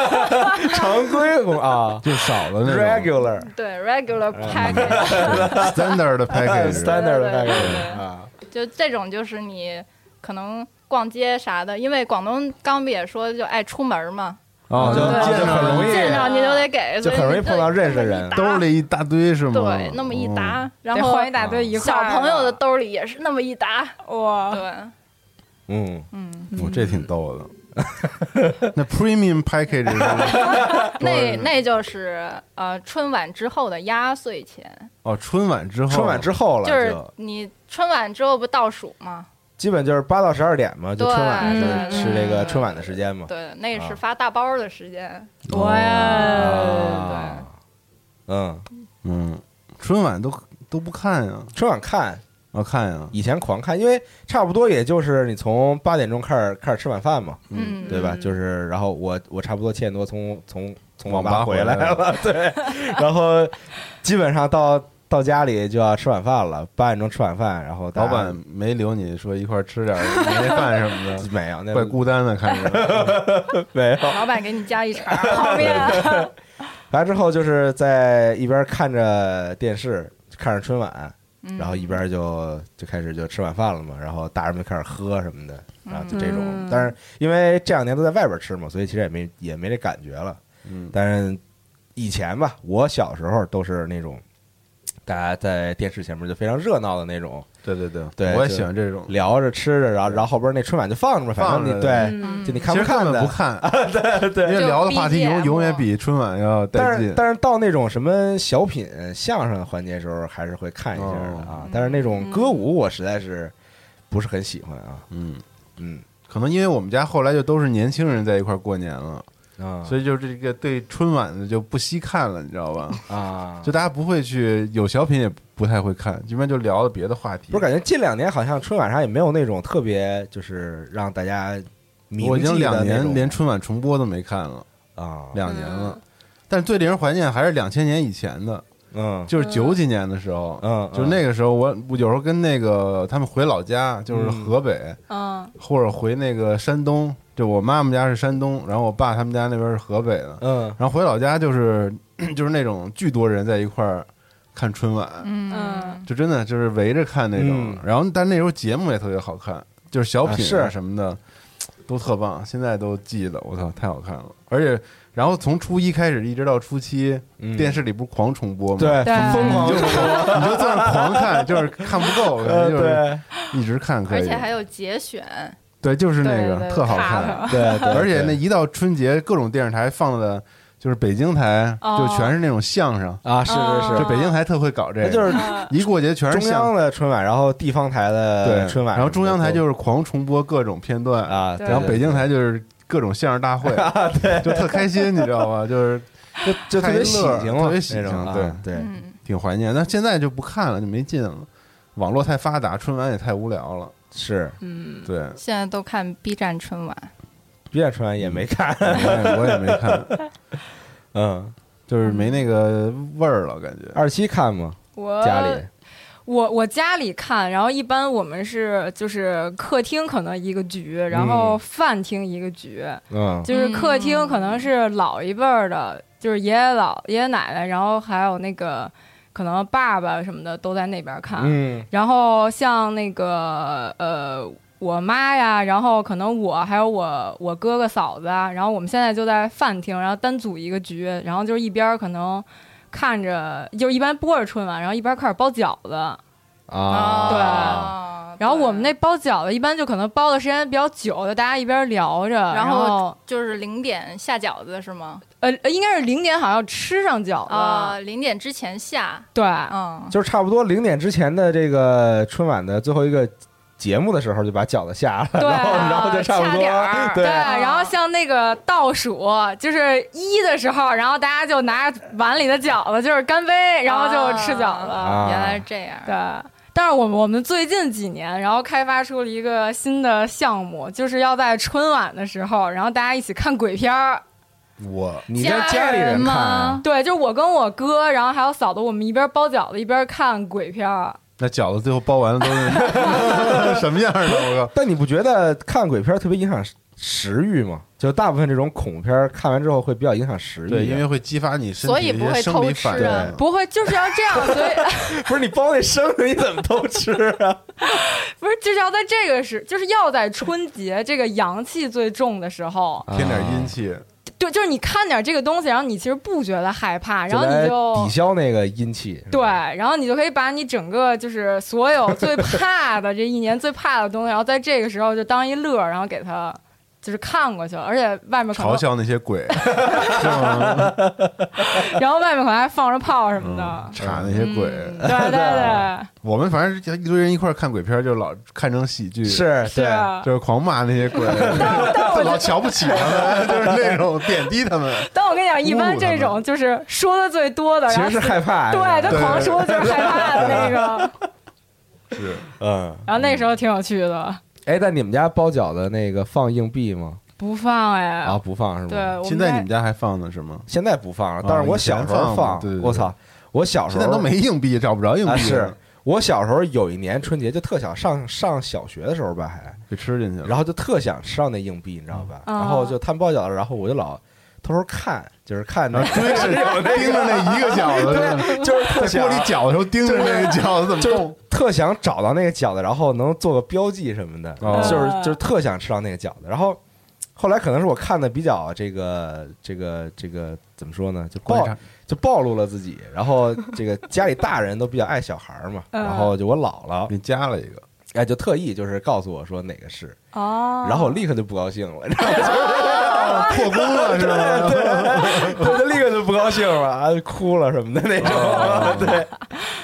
B: 常规工 啊
C: 就少了那种
B: ，regular
E: 对，regular
C: 哎
E: package，
C: standard 的 package，
B: 哎 standard
E: 对对对
B: package
E: 对
B: 啊，
E: 就这种就是你可能逛街啥的，因为广东刚不也说就爱出门嘛，
B: 啊，就
E: 对
B: 就很容
E: 见
B: 易，
E: 着你就得给，
B: 就
E: 所以
B: 很容易
E: 你
B: 碰到认识的人嗯
E: 那
C: 兜
E: 么一沓
C: 里一大堆是吗？
E: 对，那么一
C: 哦。
E: 沓，然
D: 得
E: 后
D: 换一大堆一块
E: 小
D: 儿啊哦
E: 朋友的兜里也是那么一沓，
D: 哇，
E: 对，
B: 嗯，
E: 嗯，
C: 我这挺逗 的。那 premium package 是多少
E: 那
C: 人
E: 那就是呃春晚之后的压岁钱，
C: 哦，春晚之后，
B: 春晚之后了，
E: 就是
B: 就
E: 你春晚之后不倒数吗？
B: 基本就是八到十二点嘛，就春晚
D: 对
B: 是是这个
E: 嗯
B: 春晚的时间嘛，
E: 对，那
B: 啊
E: 是发大包的时间，
D: 哇，
B: 啊，嗯，
C: 嗯，春晚都都不看呀，
B: 春晚看
C: 我看呀，
B: 以前狂看，因为差不多也就是你从八点钟开始开始吃晚饭嘛，
E: 嗯，
B: 对吧？就是是，然后我我差不多七点多从从从网
C: 网
B: 吧
C: 吧
B: 回来
C: 回来
B: 了，对，然后基本上到到家里就要吃晚饭了，八点钟吃晚饭，然后大
C: 老
B: 家
C: 板没留你说一块儿吃点儿年夜饭什么的，
B: 没有，那
C: 怪孤单的看 着。
B: 没有。
E: 老板给你加一茬，
D: 泡面，
B: 完之后就是在一边看着电视，看着春晚，
E: 嗯
B: 然后一边就就开始就吃晚饭了嘛，然后大人们就开始喝什么的，然后就这种
D: 嗯。
B: 但是因为这两年都在外边吃嘛，所以其实也没也没这感觉了。
C: 嗯，
B: 但是以前吧，我小时候都是那种大家在电视前面就非常热闹的那种，
C: 对对对，
B: 对
C: 我也
B: 就
C: 喜欢这种。
B: 聊着吃着，然后然后后边那春晚就放着嘛，反正
C: 放着
B: 你对，
D: 嗯
B: 就你看
C: 其实
B: 看
C: 根本
B: 的
C: 不。看，
B: 对
C: 因为
E: 就
C: 聊的话题
E: BGM
C: 永永远比春晚要带
B: 但是
C: 劲。
B: 但是到那种什么小品、相声环节的时候，还是会看一下的啊
E: 哦。
B: 但是那种歌舞，我实在是不是很喜欢啊。
C: 嗯，
B: 嗯
C: 可能因为我们家后来就都是年轻人在一块儿过年了，
B: 啊，
C: 所以就这个对春晚的就不稀看了，你知道吧？
B: 以啊，
C: 就大家不会去有小品也不太会看，一般就聊了别的话题。
B: 不是感觉近两年好像春晚上也没有那种特别就是让大家铭
C: 我已
B: 记的
C: 经两
B: 那
C: 年
B: 种
C: 连春晚重播都没看了，
B: 啊，
C: 两年了。但是最令人怀念还是两千年以前的，
B: 嗯
C: 就是九几年的时候，
B: 嗯，
C: 就是那个时候我我有时候跟那个他们回老家，就是河北
D: 嗯
C: 或者回那个山东，就我妈妈家是山东，然后我爸他们家那边是河北的，
B: 嗯
C: 然后回老家就是 就是那种巨多人在一块儿看春晚，
E: 嗯
D: 嗯，
C: 就真的就是围着看那种
B: 嗯。
C: 然后，但那时候节目也特别好看，就是小品
B: 啊
C: 啊
B: 是
C: 什么的都特棒，现在都记得，我操，太好看了！而且，然后从初一开始一直到初七，
B: 嗯
C: 电视里不是狂重播吗？
B: 对
D: 对
B: 疯狂
C: 你就 你就算狂看，就是看不够，感 觉
B: 呃
C: 就是
B: 对
C: 一直看可
E: 而
C: 以
E: 且。还有节选，
C: 对，就是那
D: 对
C: 个
D: 对
C: 特好
D: 卡
C: 看，
B: 对对，
C: 而且那
B: 对
C: 一到春节，各种电视台放的，就是北京台
D: 哦
C: 就全是那种相声，
B: 啊是是，
C: 就是北京台特会搞这
B: 那
C: 个，
B: 就是
C: 一过节全是
B: 中
C: 相声
B: 央。的春晚，然后地方台的
C: 对
B: 春晚什么的都，
C: 然后中央台就是狂重播各种片段，
B: 啊，
D: 对
B: 对
C: 然后
B: 对
C: 北京台就是各种相声大 会，就特开心，你知道吗？就是
B: 就就特别喜庆嘛，
C: 特别喜庆
B: 那种啊对
E: 嗯，
C: 挺怀念，但现在就不看了，就没劲了。网络太发达，春晚也太无聊了。
B: 是
D: 嗯，
C: 对，
E: 现在都看 B 站春晚，
B: B 站春晚也没看，
C: 我也我也没看，
B: 嗯，
C: 就是没那个味儿了，感觉。
B: 二七看吗？
D: 我
B: 家里
D: 我我家里看，然后一般我们是就是客厅可能一个局，然后饭厅一个局，
B: 嗯
D: 就是客厅可能是老一辈儿的，就是爷爷老爷爷奶奶，然后还有那个可能爸爸什么的都在那边看，
B: 嗯
D: 然后像那个呃。我妈呀，然后可能我还有我我哥哥嫂子啊，然后我们现在就在饭厅，然后单组一个局，然后就是一边儿可能看着，就是一般播着春晚，然后一边儿开始包饺子，
B: 啊，
E: 啊
D: 然后我们那包饺子一般就可能包的时间比较久，就大家一边聊着，然
E: 然后就是零点下饺子是吗？
D: 呃呃应该是零点好像要吃上饺子，
E: 啊，零点之前下，
D: 对，
E: 嗯，
B: 就是差不多零点之前的这个春晚的最后一个节目的时候，就把饺子下了，
D: 对
C: 哦
B: 然后
D: 啊
B: 然后就差不
E: 呃掐点儿
B: 多，
D: 对，
B: 对
D: 然后
E: 啊
D: 像那个倒数就是一的时候，然后大家就拿着碗里的饺子就是干杯，然后就吃饺子，
B: 啊
E: 原来是这样，
D: 对。但是我们我们最近几年，然后开发出了一个新的项目，就是要在春晚的时候，然后大家一起看鬼片儿。
C: 我
B: 你跟家里
E: 人
B: 人看啊
E: 吗？
D: 对，就是我跟我哥，然后还有嫂子，我们一边包饺子一边看鬼片儿。
C: 那饺子最后包完了都是 什么样的？ 我靠！
B: 但你不觉得看鬼片特别影响食欲吗？就大部分这种恐怖片看完之后会比较影响啊食欲，
C: 对，因为会激发你身
E: 所
C: 体
E: 以
C: 的一
E: 不
C: 些
E: 会
C: 生
E: 偷
C: 理
E: 吃
C: 反
E: 啊
C: 应。
D: 不会，就是要这样，所以
B: 不是你包那生的，你怎么都 吃啊？
D: 不是就是要在这个时，就是要在春节这个阳气最重的时候，
C: 添点阴气，
D: 对就就是你看点这个东西，然后你其实不觉得害怕，然后
B: 来
D: 你就
B: 抵消那个阴气。是
D: 对，
B: 吧，
D: 然后你就可以把你整个就是所有最怕的这一年最怕的东西，然后在这个时候就当一乐儿，然后给它就是看过去了，而且外面可
C: 嘲
D: 能，
C: 笑那些鬼，是吗？
D: 然后外面可能还放着炮什么的
C: 嗯，查那些鬼。
D: 嗯对对对，
C: 我们反正一堆人一块儿看鬼片儿，就老看成喜剧，
B: 是，
D: 是啊。
C: 就是狂骂那些 鬼，老瞧不起他们， 就是那种贬低他们。
D: 但我跟你讲，一般
C: 侮辱他
D: 这
C: 们
D: 种就是说的最多的，
B: 其
D: 然后
B: 实是害怕。
D: 对，
B: 是吧
D: 他狂说就是害怕的那个。
C: 是
B: 嗯，
D: 然后那时候挺有趣的，
B: 哎，但你们家包饺子那个放硬币吗？
D: 不放哎，
B: 啊，不放是吗？
D: 对，，我
C: 现在你们家还放呢是吗？
B: 现在不放了，
C: 啊
B: 但是我小时候
C: 以前放嘛
B: 放
C: 对对。对
B: 我操，我小时
C: 现
B: 候
C: 在都没硬币，找不着硬
B: 啊，
C: 币，
B: 是我小时候有一年春节就特想上上小学的时候吧，还
C: 给吃进去了。
B: 然后就特想吃到那硬币，你知道吧？
D: 嗯
B: 然后就他们包饺子，然后我就老偷偷看，就是看着
C: 然，后追着盯着那一个饺子，
B: 就是特
C: 啊在
B: 想
C: 锅里搅的时候盯着那个饺子怎么
B: 就是
C: 动，
B: 特想找到那个饺子，然后能做个标记什么的，
C: 哦
B: 就是
D: 嗯
B: 就是特想吃到那个饺子。然后后来可能是我看的比较这个这个这个怎么说呢，就暴
C: 观察
B: 就暴露了自己。然后这个家里大人都比较爱小孩儿嘛，
D: 嗯
B: 然后就我姥姥
C: 给加了一个，
B: 哎就特意就是告诉我说哪个是，
D: 哦，
B: 然后我立刻就不高兴了，然后
E: 啊
C: 破功了是吧？
B: 我就立刻就不高兴了，啊哭了什么的那
C: 哦
B: 种， 对，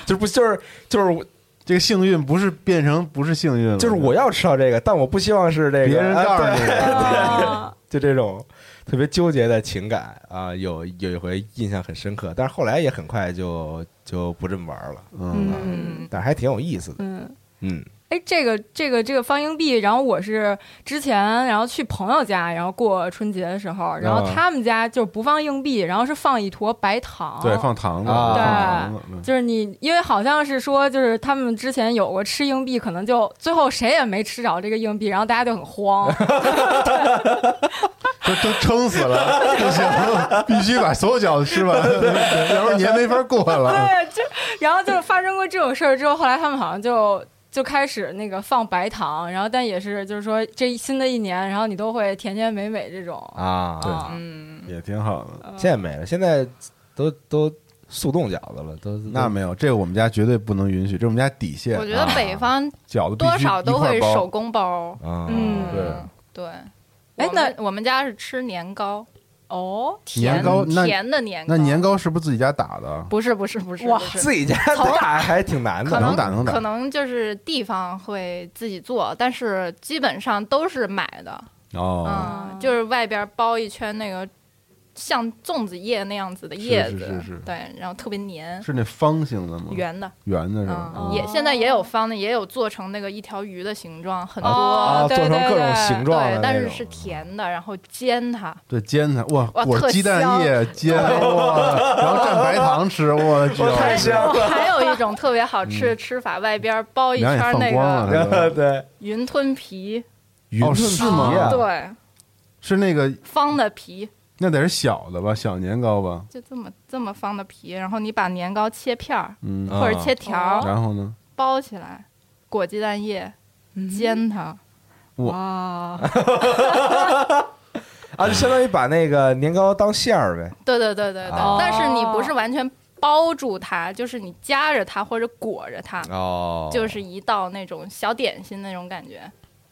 B: 就不就是就是我
C: 这个幸运不是变成不是幸运了，
B: 就是我要吃到这个，但我不希望是这个
C: 别人
B: 啊
C: 告诉
B: 对
C: 你的，
D: 哦
B: 就这种特别纠结的情感啊，有有一回印象很深刻，但是后来也很快就就不这么玩了，
C: 嗯，
D: 嗯
B: 但是还挺有意思的。
D: 嗯。
B: 嗯，
D: 哎，这个这个这个放硬币，然后我是之前然后去朋友家，然后过春节的时候，然后
B: 啊
D: 他们家就不放硬币，然后是放一坨白糖，
E: 哦
C: 对，放糖了，
B: 啊
C: 放糖了，嗯
D: 就是你，因为好像是说，就是他们之前有过吃硬币，可能就最后谁也没吃着这个硬币，然后大家就很 慌。
C: 都嗯都撑死 了，不行，必须把所有饺子吃完，要不然年没法过了。
D: 对，这然后就是发生过这种事儿之后，后来他们好像就就开始那个放白糖，然后但也是就是说这新的一年，然后你都会甜甜美美这种。
B: 啊，
C: 对
D: 啊
E: 嗯，
C: 也挺好
D: 哦
C: 的，
B: 现在没了，现在都都速冻饺子了，都
C: 那没有，这个我们家绝对不能允许，这是我们家底线
E: 我。觉得北方
C: 饺子必须
E: 多少都
C: 一
E: 会
C: 块包
E: 手工包。
B: 都啊，
D: 嗯
E: 嗯，对。
D: 哎
E: 我们我们家是吃年糕，
D: 哦，
E: 甜
C: 年糕那
E: 甜的年糕，
C: 那年糕是不是自己家打的？
E: 不是不是不是，
D: 哇
E: 不是
B: 自己家打还挺难
E: 可
B: 的，
E: 能
C: 能打能打
E: 可能就是地方会自己做，但是基本上都是买的，
C: 哦，
E: 嗯，就是外边包一圈那个像粽子叶那样子的叶
C: 是
E: 子，
C: 是是是
E: 对，然后特别黏，
C: 是那方形的吗？
E: 圆的，
C: 圆的是吧？
E: 嗯，
C: 哦
E: 也现在也有方的，也有做成那个一条鱼的形状，很多，
D: 哦
B: 啊，
D: 对
B: 做成各
D: 对
B: 种
D: 对
B: 形状的
E: 对
B: 那，
E: 但是
B: 种嗯
E: 是甜的，然后煎 它，
C: 对，煎它，哇，
E: 哇
C: 裹
E: 特
C: 鸡蛋
E: 香
C: 液煎，哇，然后蘸白糖吃， 我去，
B: 我太香了，
E: 还有一种特别好吃的吃法，外边包一
C: 两眼
E: 圈
C: 放
E: 那
C: 光了
E: 个
C: 这个
B: 对，
E: 云吞皮，
B: 云
C: 哦
B: 吞
C: 是
B: 皮
C: 吗
B: 啊
E: 嗯对，
C: 是那个
E: 方的皮，
C: 那得是小的吧，小年糕吧，
E: 就这么这么方的皮，然后你把年糕切片儿
C: 嗯，
B: 啊
E: 或者切条儿、
C: 然后呢，
E: 包起来，裹鸡蛋液煎它。
D: 哇，
B: 啊，就相当于把那个年糕当馅儿呗，
E: 对对对对对，
B: 哦
E: 但是你不是完全包住它，就是你夹着它或者裹着它，
B: 哦
E: 就是一道那种小点心那种感觉。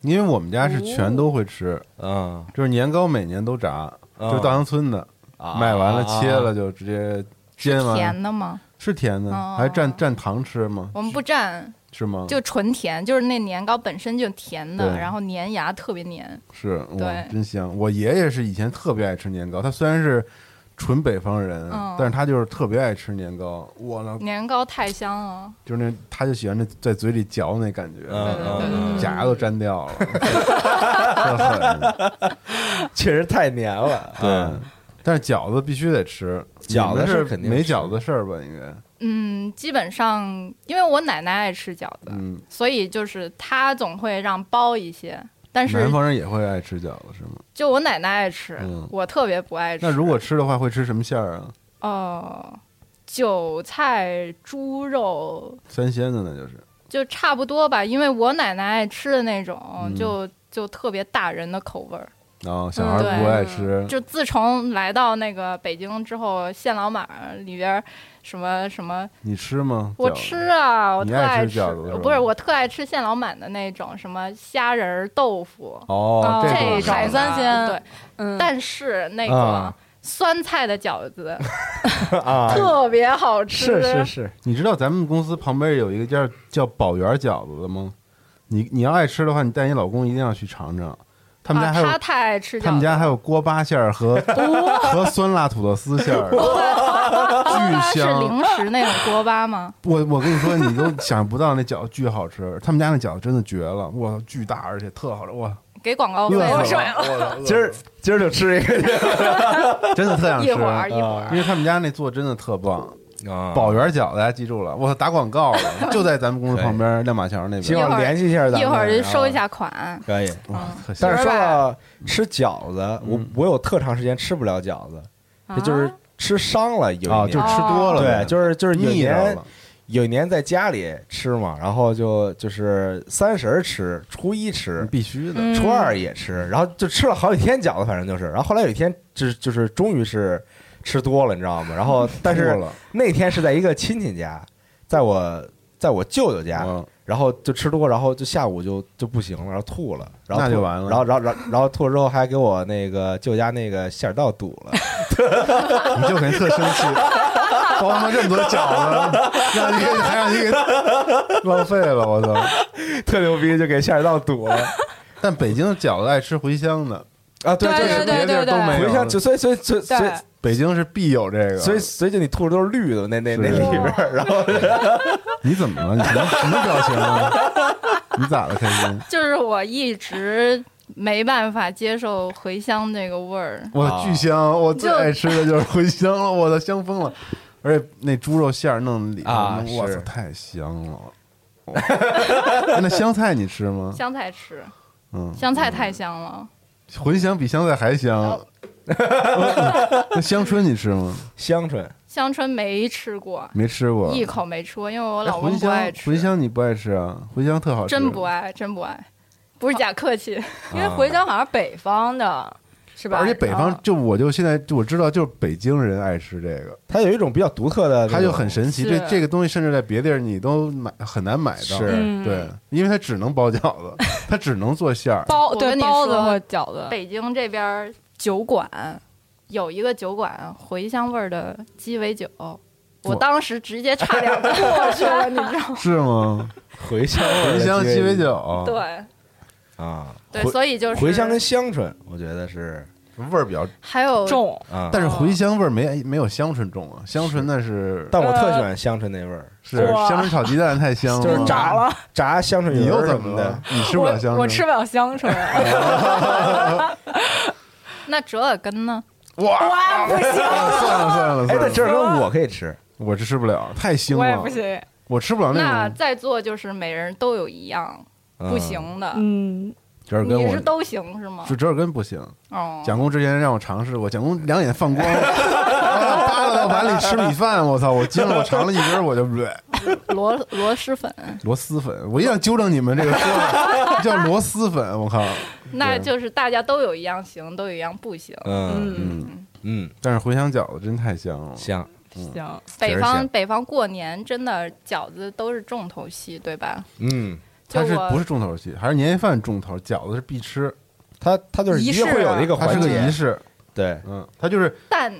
C: 因为我们家是全都会吃，
B: 嗯，
C: 就是年糕每年都炸，
B: 嗯啊
C: 就是稻香村的，买完了切
B: 了。
C: 了就直接煎完，
E: 甜的吗？
C: 是甜的，
E: 哦
C: 还蘸蘸糖吃吗？
E: 我们不蘸，
C: 是吗？
E: 就纯甜，就是那年糕本身就甜的，
C: 对嗯
E: 然后粘牙特别黏。
C: 是，哇，
E: 对
C: 真香！我爷爷是以前特别爱吃年糕，他虽然是纯北方人，
E: 嗯
C: 但是他就是特别爱吃年糕。我呢，
E: 年糕太香了，
C: 就是那他就喜欢那在嘴里嚼那感觉，
B: 嗯
E: 对对对对对
C: 假牙都粘掉 了，特狠。
B: 确实太黏了。
C: 对，嗯但是饺子必须得吃，
B: 饺子
C: 你们
B: 是
C: 是
B: 肯定
C: 没
B: 吃
C: 饺子事儿吧？应该，
E: 嗯，基本上因为我奶奶爱吃饺子，
C: 嗯，
E: 所以就是她总会让包一些，但是
C: 南方人也会爱吃饺子是吗？
E: 就我奶奶爱吃，
C: 嗯
E: 我特别不爱吃。
C: 那如果吃的话，会吃什么馅儿啊？
E: 哦、韭菜、猪肉
C: 三鲜的那就是，
E: 就差不多吧，因为我奶奶爱吃的那种，
C: 嗯
E: 就就特别大人的口味儿，
C: 然后哦小孩儿不爱 吃，
E: 嗯就自从来到那个北京之后，现老马里边儿什么什么，
C: 你吃吗？
E: 我
C: 饺子
E: 吃啊，我
C: 你
E: 特
C: 爱
E: 爱
C: 吃
E: 吃
C: 饺子是吧，
E: 不是我特爱吃现老满的那种什么虾仁儿豆腐，
C: 哦
D: 哦，
C: 这
E: 这
C: 种
D: 种
E: 种
D: 海三鲜
E: 对，
D: 嗯，
E: 但是那
B: 啊
C: 嗯
E: 个酸菜的饺子
B: 啊，
E: 特别好
B: 是
E: 吃，
B: 是是，
C: 你知道咱们公司旁边有一个叫叫宝源饺子的吗？你你要爱吃的话，你带你老公一定要去尝尝。他们家
E: 啊
C: 还有、
E: 他太爱吃饺子，
C: 他 们家还有锅巴馅儿和和酸辣土豆丝馅 儿，巨
E: 是
C: 香。
E: 零食那种锅巴吗？
C: 我我跟你说，你都想不到那饺子巨好吃，他们家那饺子真的绝了，哇，巨大而且特好吃，哇，
E: 给广告费
C: 饿
E: 了
C: 死
E: 吧，
C: 了，饿死了
B: 今儿今儿就吃一个 去
C: 真的特想吃啊
E: 一。会儿一会
C: 因
E: 儿，
C: 为他们家那做真的特棒，
B: 啊
C: 宝源饺子大家记住了，我打广告 了，就在咱们公司
B: 可以
C: 旁边亮马桥那
B: 希
C: 边。
B: 望联系一下咱们，
E: 一会儿就收一
B: 啊，
E: 下款，
B: 可以。
C: 哇，可惜
B: 但是
E: 是
B: 说
E: 吧
B: 到吃饺子，我
C: 嗯
B: 我有特长时间吃不了饺子，
E: 啊
B: 这就是吃伤了有
C: 啊，
B: 一
C: 就是
B: 年，
C: 吃多了
B: 对，
C: 呗，
B: 就是就是有
C: 腻着
B: 年
C: 了。
B: 有一年在家里吃嘛，然后就就是三十儿吃，初一吃，
C: 必须的。
D: 嗯
B: 初二也吃，然后就吃了好几天饺子，反正就是。然后后来有一天，就是就是终于是吃多了，你知道吗？然后但
C: 过
B: 是
C: 了
B: 那天是在一个亲戚家，在我在我舅舅家，
C: 嗯
B: 然后就吃多，然后就下午就就不行了，然后吐了，然后
C: 那就
B: 吐
C: 完了
B: 然后然后然后然后吐了之后还给我那个舅家那个馅儿道堵了，
C: 你舅肯定特生 气，包他妈这么多饺子，让你给还让你 给浪费了，我操！
B: 特牛逼，就给馅儿道堵了
C: 但北京的饺子爱吃茴香的，
B: 啊！对
D: 对
B: 就是
D: 对
C: 别地儿
D: 对对
C: 都没有
B: 茴香，就所以所以所以所以
D: 对
C: 北京是必有这个。
B: 所以所以就你吐的都是绿的，那那那
C: 是
B: 里边儿，然后
C: 你怎么了？你什么什么表情啊？你咋了，开心？
E: 就是我一直没办法接受茴香这个味儿，
C: 我
B: 啊
C: 巨香，我最
E: 就
C: 爱吃的就是茴香了，我的香疯了，而且那猪肉馅儿弄里头，
B: 啊
C: 我
B: 是
C: 操，太香了。 哎那香菜你吃吗？
E: 香菜吃，
C: 嗯，
E: 香菜太香了，
C: 茴香比香菜还
E: 哦
C: 香。 那香椿你吃吗？
B: 香椿
E: 香椿没吃过，
C: 没吃过。
E: 一口没吃过，因为我
C: 哎
E: 老公
C: 茴
E: 不爱
C: 香，
E: 吃，
C: 茴香你不爱吃啊？茴香特好吃，
E: 真不爱，真不爱，不是假 客气，
D: 因为茴香好像北方的，是吧？
C: 啊而且北
D: 然
C: 方
D: 后
C: 就我就现在就我知道，就是北京人爱吃这个，
B: 它有一种比较独特的那种，
C: 它就很神奇。
D: 是
C: 这这个东西甚至在别地儿你都买很难买到，
B: 是
D: 嗯
C: 对，因为它只能包饺 子，它只能做馅儿。
D: 包
E: 我
D: 对
E: 跟你
D: 包子
E: 说
D: 或饺子，
E: 北京这边儿酒馆有一个酒馆茴香味儿的鸡尾酒，我当时直接差点 过去了，你知道吗？
C: 是吗？
B: 茴香味儿
C: 茴
B: 的
C: 香鸡尾酒，
E: 对
B: 啊，
E: 对，
B: 茴
E: 所以就是
B: 茴香跟香椿，我觉得是
C: 味儿比较，
E: 还有
D: 重
B: 啊，
C: 但是茴香味儿没没有香椿重啊。香椿那是
B: 但我特喜欢香椿那味儿，
C: 是
D: 哇
C: 香椿炒鸡蛋太香了，
B: 就是炸
D: 了，
B: 炸香椿
C: 你
B: 油
C: 又
B: 儿什
C: 怎么
B: 么的
C: 了？你吃不了香椿？哎
D: 我我吃不了香椿，
E: 那折耳根呢？
C: 啊哇！
D: 哇，不行，
C: 算了算了算了，
B: 哎，但折耳根我可以吃，
C: 我这吃不了，太腥
D: 我也
C: 了
D: 不，行，啊
C: 我吃不了
E: 那
C: 种
E: 在座就是每人都有一样
C: 啊
B: 嗯
E: 不，行的，
D: 嗯，
C: 折耳根，
E: 你
C: 我
E: 是都行是吗
C: 就？折耳根不行。
E: 哦，
C: 蒋工之前让我尝试过，蒋工两眼放光，啊扒拉到碗里吃米饭，我操！我惊了，我尝了一根，我就略
E: 螺螺蛳粉，
C: 螺蛳粉，我一定要纠正你们这个说法，叫螺蛳粉， 我靠！
E: 那就是大家都有一样行，都有一样不行。
B: 嗯
D: 嗯，
B: 嗯，
C: 但是茴香饺子真太香了，
B: 香，
C: 嗯
D: 行，
E: 北
B: 确实
E: 方
B: 行
E: 北方过年真的饺子都是重头戏，对吧？
B: 嗯，
E: 就
C: 它是
E: 我
C: 不是重头戏？还是年夜饭重头？饺子是必吃，
B: 它它就是
D: 仪
B: 一
D: 式
B: 定会有的一个
C: 它是
B: 环
C: 个仪
B: 节，
C: 式，
B: 对，
C: 嗯，它就是
E: 但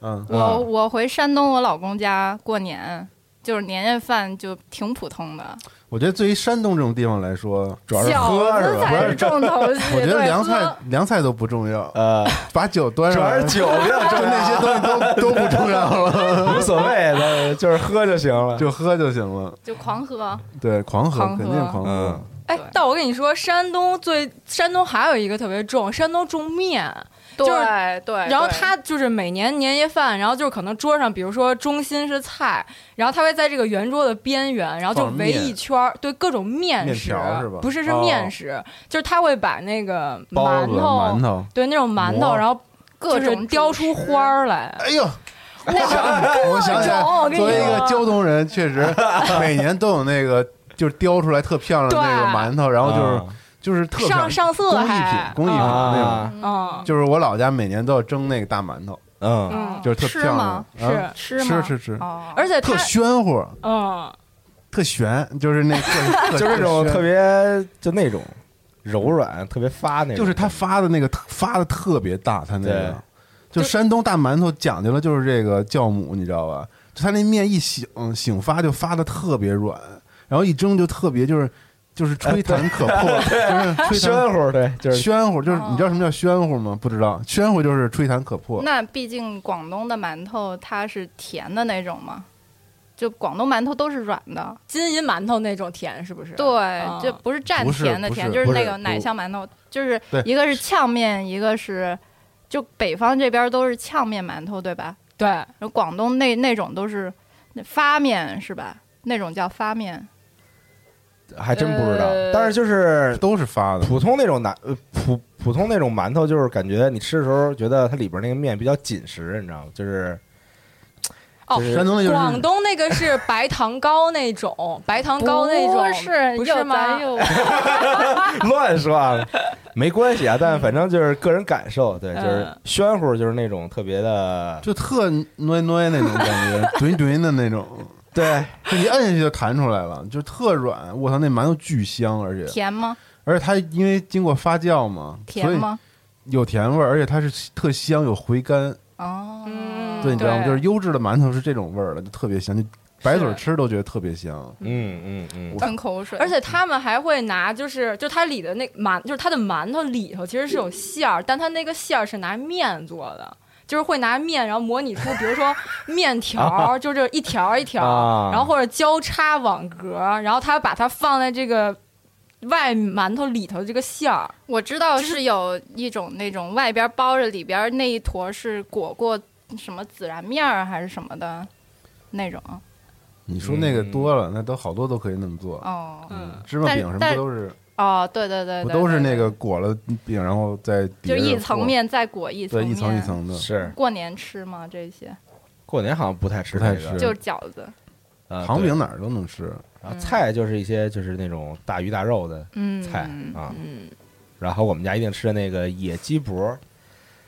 C: 嗯，
E: 我我回山东我老公家过年，就是年夜饭就挺普通的，
C: 我觉得对于山东这种地方来说，主要是喝啊
E: 饺
C: 是
E: 子
C: 吧？
E: 才是重头戏。
C: 我觉得
E: 对
C: 凉菜
E: 喝
C: 凉菜都不重要，
B: 呃，
C: 把酒端
B: 主
C: 上
B: 要
C: 来，
B: 是酒比较
C: 就
B: 重
C: 那些东西都都不重要了，
B: 要，无所谓的，就是喝就行了，
C: 就喝就行了。
E: 就狂喝，
C: 对，狂喝
E: 狂喝
C: 肯定狂喝
B: 嗯，
D: 哎
E: 对，
D: 但我跟你说，山东最山东还有一个特别重，山东重面，
E: 对
D: 是
E: 对。
D: 然后
E: 哎对
D: 他就是每年年夜饭，然后就是可能桌上，比如说中心是菜，然后他会在这个圆桌的边缘，然后就
C: 放
D: 围
C: 面
D: 一圈儿，对各种面
C: 面
D: 食，
C: 条是吧
D: 不是是
B: 哦
D: 面食，就是他会把那个
C: 包
D: 馒
C: 子、
D: 头，
C: 馒头。
D: 对那种馒头，
C: 馍
D: 然后
E: 各
D: 就是
E: 种
D: 雕出
E: 主食
D: 花儿来。
C: 哎呦， 我想我想起来
D: 种我，跟你
C: 作为一个
D: 说
C: 胶东人， 确实每年都有那个就是雕出来特漂亮的那个
D: 对
C: 馒头，然后就是
B: 啊
C: 就是特
D: 上上色
C: 工艺品
D: 还，
C: 工艺品那种。
B: 啊，
D: 嗯
C: 就是我老家每年都要蒸那个大馒头，
B: 嗯，
D: 嗯，
C: 就是特
E: 吃
C: 漂亮
E: 吗，
C: 啊
D: 是，
E: 吃吗？
C: 吃吃吃，
E: 哦，
D: 而且它
C: 特暄乎，
D: 嗯
C: 特悬，就是 那特
B: 就是那种特
C: 别，
B: 别就那种柔软、特别发那种，
C: 就是它发的那个特发的特别大，它那
B: 对
C: 个就山东大馒头讲究了，就是这个酵母，你知道吧？就它那面一醒醒发就发的特别软，然后一蒸就特别就是就是吹弹可 破，就是吹弹
B: 暄乎，对，就是
C: 暄乎，
D: 哦
C: 就是你知道什么叫暄乎吗？不知道，暄乎就是吹弹可破。
E: 那毕竟广东的馒头它是甜的那种嘛，就广东馒头都是软的，
D: 金银馒头那种甜是不是？啊
E: 对，就不是蘸
C: 不是
E: 甜的
C: 不
E: 甜，
C: 是
E: 就是
C: 不
E: 那
C: 是
E: 个奶
C: 不
E: 香馒头，就是
C: 对
E: 一个是呛面，一个是就北方这边都是呛面馒头，对吧？
D: 对，
E: 然后广东那那种都是那发面是吧？那种叫发面，
B: 还真不知道
D: 呃，
B: 但是就是
C: 都是发的，
B: 普通那种南呃普普通那种馒头，就是感觉你吃的时候觉得它里边那个面比较紧实，你知道吗？ 就是
D: 哦
B: 就是
C: 山东的就是
D: 广东那个是白糖糕那种， 白糖糕那种
E: 不是
D: 不
E: 又
D: 是吗
E: 咱？又
B: 乱说啊，没关系啊，但反正就是个人感受，对，就是
D: 嗯
B: 暄乎，就是那种特别的，
C: 就特挪挪那种感觉， 怼怼的那种，
B: 对，
C: 就你摁下去就弹出来了，就特软。我操，那馒头巨香，而且
E: 甜吗？
C: 而且它因为经过发酵嘛，
E: 甜
C: 所
E: 吗？
C: 以有甜味儿，而且它是特香，有回甘。
E: 哦，
D: 嗯
C: 对，你知道吗？
D: 对
C: 就是优质的馒头是这种味儿的，就特别香，就白嘴
D: 是
C: 吃都觉得特别香。
B: 嗯嗯嗯，
E: 吞口水，
D: 而且他们还会拿，就是就它里的那馒，就是它的馒头里头其实是有馅儿，但它那个馅儿是拿面做的，就是会拿面，然后模拟出，比如说面 条儿，就这一条儿一条
B: 啊
D: 儿，然后或者交叉网格儿，然后它把它放在这个外馒头里头的这个馅儿，
E: 我知道是有一种那种外边包着，里边那一坨是裹过什么孜然面儿还是什么的那种
C: 嗯你说那个多了，那都好多都可以那么做。
E: 哦
D: 嗯，
C: 芝麻饼什么
E: 但
C: 不都是
E: 哦，对对对，
C: 不
E: 对
C: 都是那
E: 对
C: 个裹了饼，然后再
E: 就
C: 叠
E: 是
C: 着
E: 一层
C: 和，
E: 面再裹一层
C: 对，
E: 面，
C: 一层一。层的。
B: 是
E: 过年吃吗？这些
B: 过年好像不太吃
C: 不太
B: 这个
C: 吃，
E: 就是饺子，
B: 啊
C: 糖，饼
B: 对
C: 哪儿都能吃，
B: 然后菜就是一些就是那种大鱼大肉的
E: 嗯，
B: 菜啊，
D: 嗯，
B: 然后我们家一定吃的那个野鸡脖，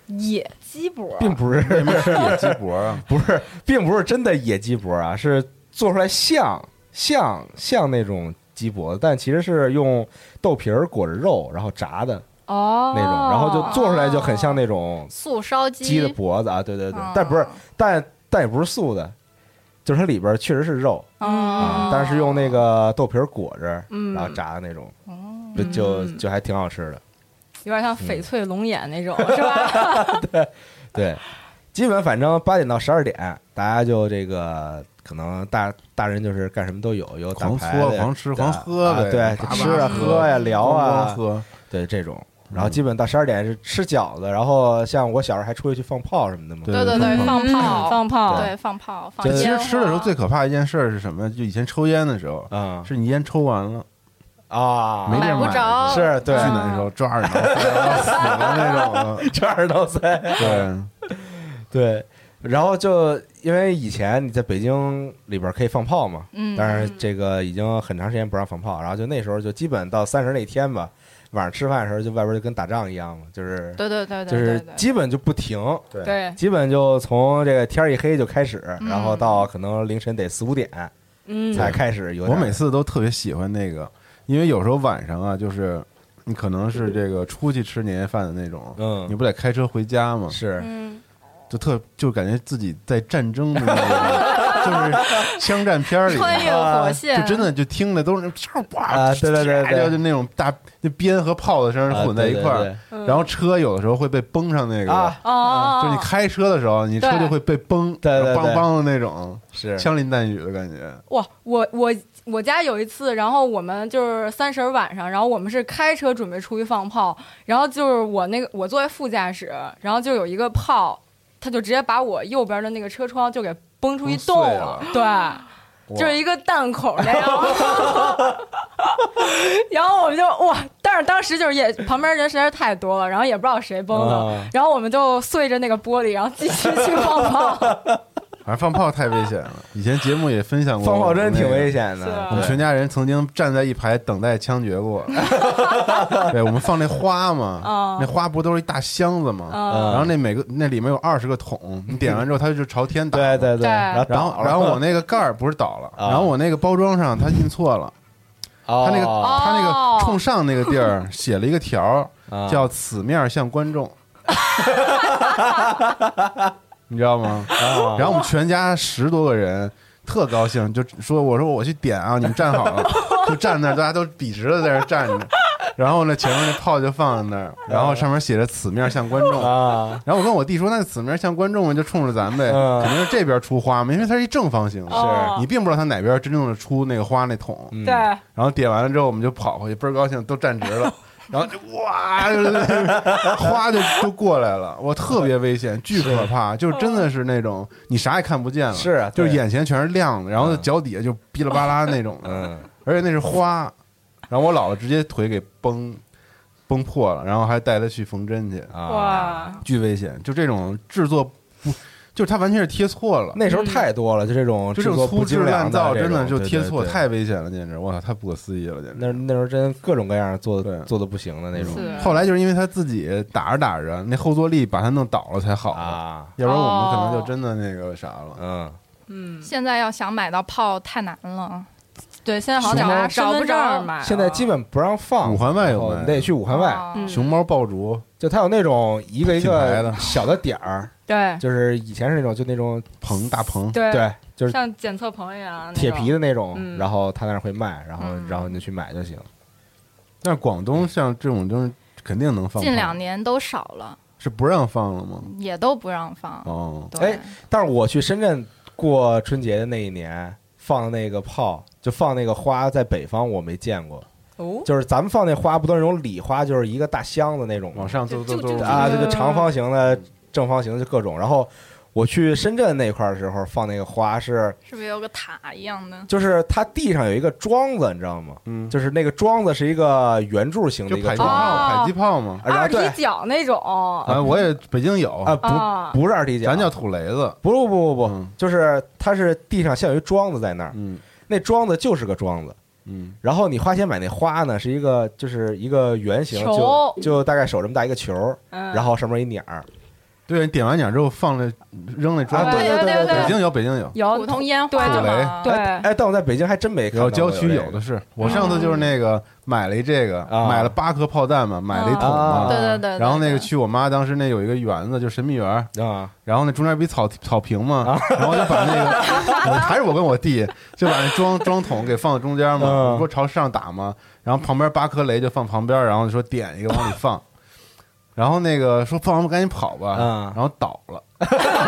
D: 嗯野鸡脖，
B: 并不是
C: 啊为什么是野鸡脖啊？
B: 不是，并不是真的野鸡脖啊，是做出来像像像那种鸡脖，但其实是用豆皮儿裹着肉，然后炸的
D: 哦
B: 那种，然后就做出来就很像那种
E: 素烧哦鸡
B: 鸡的脖子啊，对对对
E: 哦，
B: 但不是，但但也不是素的，就是它里边确实是肉
E: 哦
B: 啊，
D: 嗯
B: 但是用那个豆皮儿裹着，
D: 嗯
B: 然后炸的那种，
E: 哦
B: 就就
D: 嗯
B: 就还挺好吃的，
D: 有点像翡翠龙眼 那种，是吧？
B: 对。基本反正八点到十二点，大家就这个可能大大人就是干什么都有，有打
C: 狂
B: 牌
C: 搓
B: 的
C: 狂吃
B: 对
C: 狂喝
B: 啊
C: 呗
B: 对，
C: 叭
B: 就
C: 叭
B: 吃啊
E: 喝
B: 喝呀聊
C: 光
B: 啊，
C: 喝，
B: 对这种。
C: 嗯
B: 然后基本到十二点是吃饺子，然后像我小时候还出去去放炮什么的嘛。
E: 对对
C: 嗯
E: 对，放炮，
D: 放炮，
E: 对放炮，放
B: 就
E: 烟
C: 其实
E: 花
C: 吃的时候最可怕的一件事儿是什么？就以前抽烟的时候，
B: 啊
C: 是你烟抽完了，
B: 啊，
C: 没地
E: 买
C: 儿
E: 不
C: 买
E: 着，
B: 是对
C: 巨
E: 嗯
C: 难受，抓耳挠腮要死了 那种的。
B: 这二到三，
C: 对，
B: 对。然后就因为以前你在北京里边可以放炮嘛，
E: 嗯，
B: 但是这个已经很长时间不让放炮，然后就那时候就基本到三十那天吧，晚上吃饭的时候就外边就跟打仗一样嘛，就是
E: 对对对对
B: 就
E: 对
B: 是
E: 对，
B: 基本就不停，
D: 对，
B: 基本就从这个天儿一黑就开始，
E: 嗯
B: 然后到可能凌晨得四五点
D: 嗯，
B: 才开始有
C: 我
B: 点。
C: 每次都特别喜欢那个，因为有时候晚上啊，就是你可能是这个出去吃年夜饭的那种，
B: 嗯
C: 你不得开车回家吗？
B: 是
D: 嗯，
C: 就特就感觉自己在战争的 那种，就是枪战片儿里。
E: 穿越火线，
C: 啊
D: 啊
C: 就真的就听着都是啪
B: 啊对对对对
C: 就就那种大那鞭和炮的声
B: 啊
C: 混在一块
B: 对
C: 儿，然后车有的时候会被崩上那
B: 对对
C: 个，
B: 啊，
D: 哦，
C: 就你开车的时候，你车
D: 对
C: 就会被崩，
B: 对对对
C: 梆梆的那种，
B: 是
C: 枪林弹雨的感觉。
D: 哇，我我我家有一次，然后我们就是三十儿晚上，然后我们是开车准备出去放炮，然后就是我那个我作为副驾驶，然后就有一个炮，他就直接把我右边的那个车窗就给崩出一洞
C: 崩碎
D: 对。就是一个弹孔那样， 然后我们就哇！但是当时就是也旁边人实在是太多了，然后也不知道谁崩了，
B: 啊
D: 然后我们就碎着那个玻璃，然后继续去放炮。
C: 反正放炮太危险了。以前节目也分享过，
B: 放炮真挺危险
C: 险。
E: 是
B: 的
E: 啊。
C: 我们
B: 对
C: 全家人曾经站在一排等待枪 决过。 对，我们放那花嘛
D: 哦，
C: 那花不都是一大箱子嘛？
D: 嗯，
C: 然后那每个那里面有二十个桶，你点完之后它就朝天打。
B: 对对
D: 对
B: 然后
C: 然后
B: 倒，了
C: 然后我那个盖儿不是倒了，
B: 啊
C: 然后我那个包装上它印错了，
B: 哦
C: 它那个
D: 哦
C: 它那个冲上那个地儿写了一个条儿，
B: 啊
C: 叫“此面向观众”， 你知道吗？
B: 啊
C: 然后我们全家十多个人特高兴，就说：“我说我去点啊，你们站好 了。”就站那儿，大家都笔直的在那儿站着。然后呢，前面那炮就放在那儿，然后上面写着“此面向观众”。
B: 啊
C: 然后我跟我弟说：“那此面向观众嘛，就冲着咱们呗，
B: 嗯
C: 肯定是这边出花嘛，因为它是一正方形。
D: 哦
C: 你并不知道它哪边真正的出那个花那桶。
B: 嗯
D: 对，
C: 然后点完了之后，我们就跑回去，倍儿高兴，都站直 了。然后就哇，就是 花就都过来了，我特别危险，巨可怕，就是真的是那种你啥也看不见了，
B: 是啊
C: 就是
B: 对
C: 眼前全是亮的，然后
B: 嗯
C: 脚底下就噼里啪啦那种的，
B: 嗯
C: 而且那是花，然后我姥姥直接腿给崩崩破了，然后还带她去缝针去，
B: 啊，
D: 哇，
C: 巨危险，就这种制作不，就是它完全是贴错了，
B: 那时候太多了，就这种
C: 就
B: 制
C: 这
B: 作
C: 种
B: 不
C: 粗制
B: 精良
C: 滥造，
B: 这
C: 真的
B: 种
C: 就
B: 对
C: 贴
B: 对
C: 错，
B: 对
C: 太危险了，简直，我操，太不可思议了，简直。
B: 那那时候真各种各样做
C: 对
B: 做的不行的那种
E: 是
C: 后来就是因为他自己打着打着，那后坐力把他弄倒了才好的，
B: 啊，
C: 要不然我们可能
D: 哦
C: 就真的那个啥了。
B: 嗯，
D: 嗯，
E: 现在要想买到炮太难了，
D: 对，现在好
B: 熊
D: 像
B: 猫
D: 拿身
E: 找不
D: 份证
E: 着
D: 儿买了，
B: 现在基本不让放
C: 五环外有
B: 哦
C: 卖
B: 你得去五环外，
E: 哦
D: 嗯
C: 熊猫爆竹，
B: 就它有那种一个一
C: 品
B: 个
C: 牌的
B: 小的点儿，
D: 对
B: 就是以前是那种就那种
C: 棚大棚，
D: 对
B: 对，就是
D: 哎像检测棚一样，
B: 铁皮
D: 的，
B: 的那种，
D: 嗯
B: 然后他那儿会卖，然后
E: 嗯
B: 然后你就去买就行，
C: 但是广东像这种东西肯定能放炮，
E: 近两年都少了，
C: 是不让放了吗？
E: 也都不让放。
C: 哦，
E: 对
B: 哎，但是我去深圳过春节的那一年，放那个炮，就放那个花，在北方我没见过。
D: 哦，
B: 就是咱们放那花，不都是那种礼花，就是一个大箱子那种
C: 往上走走
E: 就
C: 走
E: 就
B: 啊，这
D: 嗯
B: 个长方形的、正方形的，就各种。然后我去深圳那块儿的时候，放那个花是，
E: 是不是有个塔一样的？
B: 就是它地上有一个桩子，你知道吗？
C: 嗯，
B: 就是那个桩子是一个圆柱形
C: 就
B: 的一个
C: 迫击
B: 桩子，
D: 哦
C: 炮，迫击炮嘛。
B: 啊然后
D: 二
B: 对
D: 踢脚那种
C: 啊，我也北京有
B: 啊，不
D: 啊，
B: 不是二踢脚，
C: 咱叫土雷子，
B: 不不不不不
C: 嗯，
B: 就是它是地上像有一桩子在那儿，
C: 嗯
B: 那桩子就是个桩子。
C: 嗯，
B: 然后你花钱买那花呢，是一个就是一个圆形，
D: 球
B: 就就大概手这么大一个球，
D: 嗯
B: 然后上面一鸟儿，
C: 对，你点完鸟之后放了扔那桌
B: 啊
C: 子，
B: 对对对对对
C: 北京有北京有，
D: 有
E: 普通烟
D: 对
E: 花
C: 土雷
E: 嘛，
D: 对
B: 哎，但我在北京还真没看
C: 然后
B: 到。
C: 郊区有
B: 有嗯
C: 的是，我上次就是那个买了一这个，
B: 啊
C: 买了八颗炮弹嘛，买了一桶
B: 啊
C: 嘛，
E: 对对对。
C: 然后
E: 对
C: 那个
E: 对
C: 去我妈当时那有一个园子，就神秘园儿，
B: 这个啊，
C: 然后那中间不一草草坪嘛，然后就把那 个我还是我跟我弟就把那装装桶给放中间嘛，
B: 嗯
C: 我不是朝上打嘛，然后旁边八颗雷就放旁边，然后就说点一个往里放， 然后那个说放完我们赶紧跑吧，
B: 嗯
C: 然后倒了。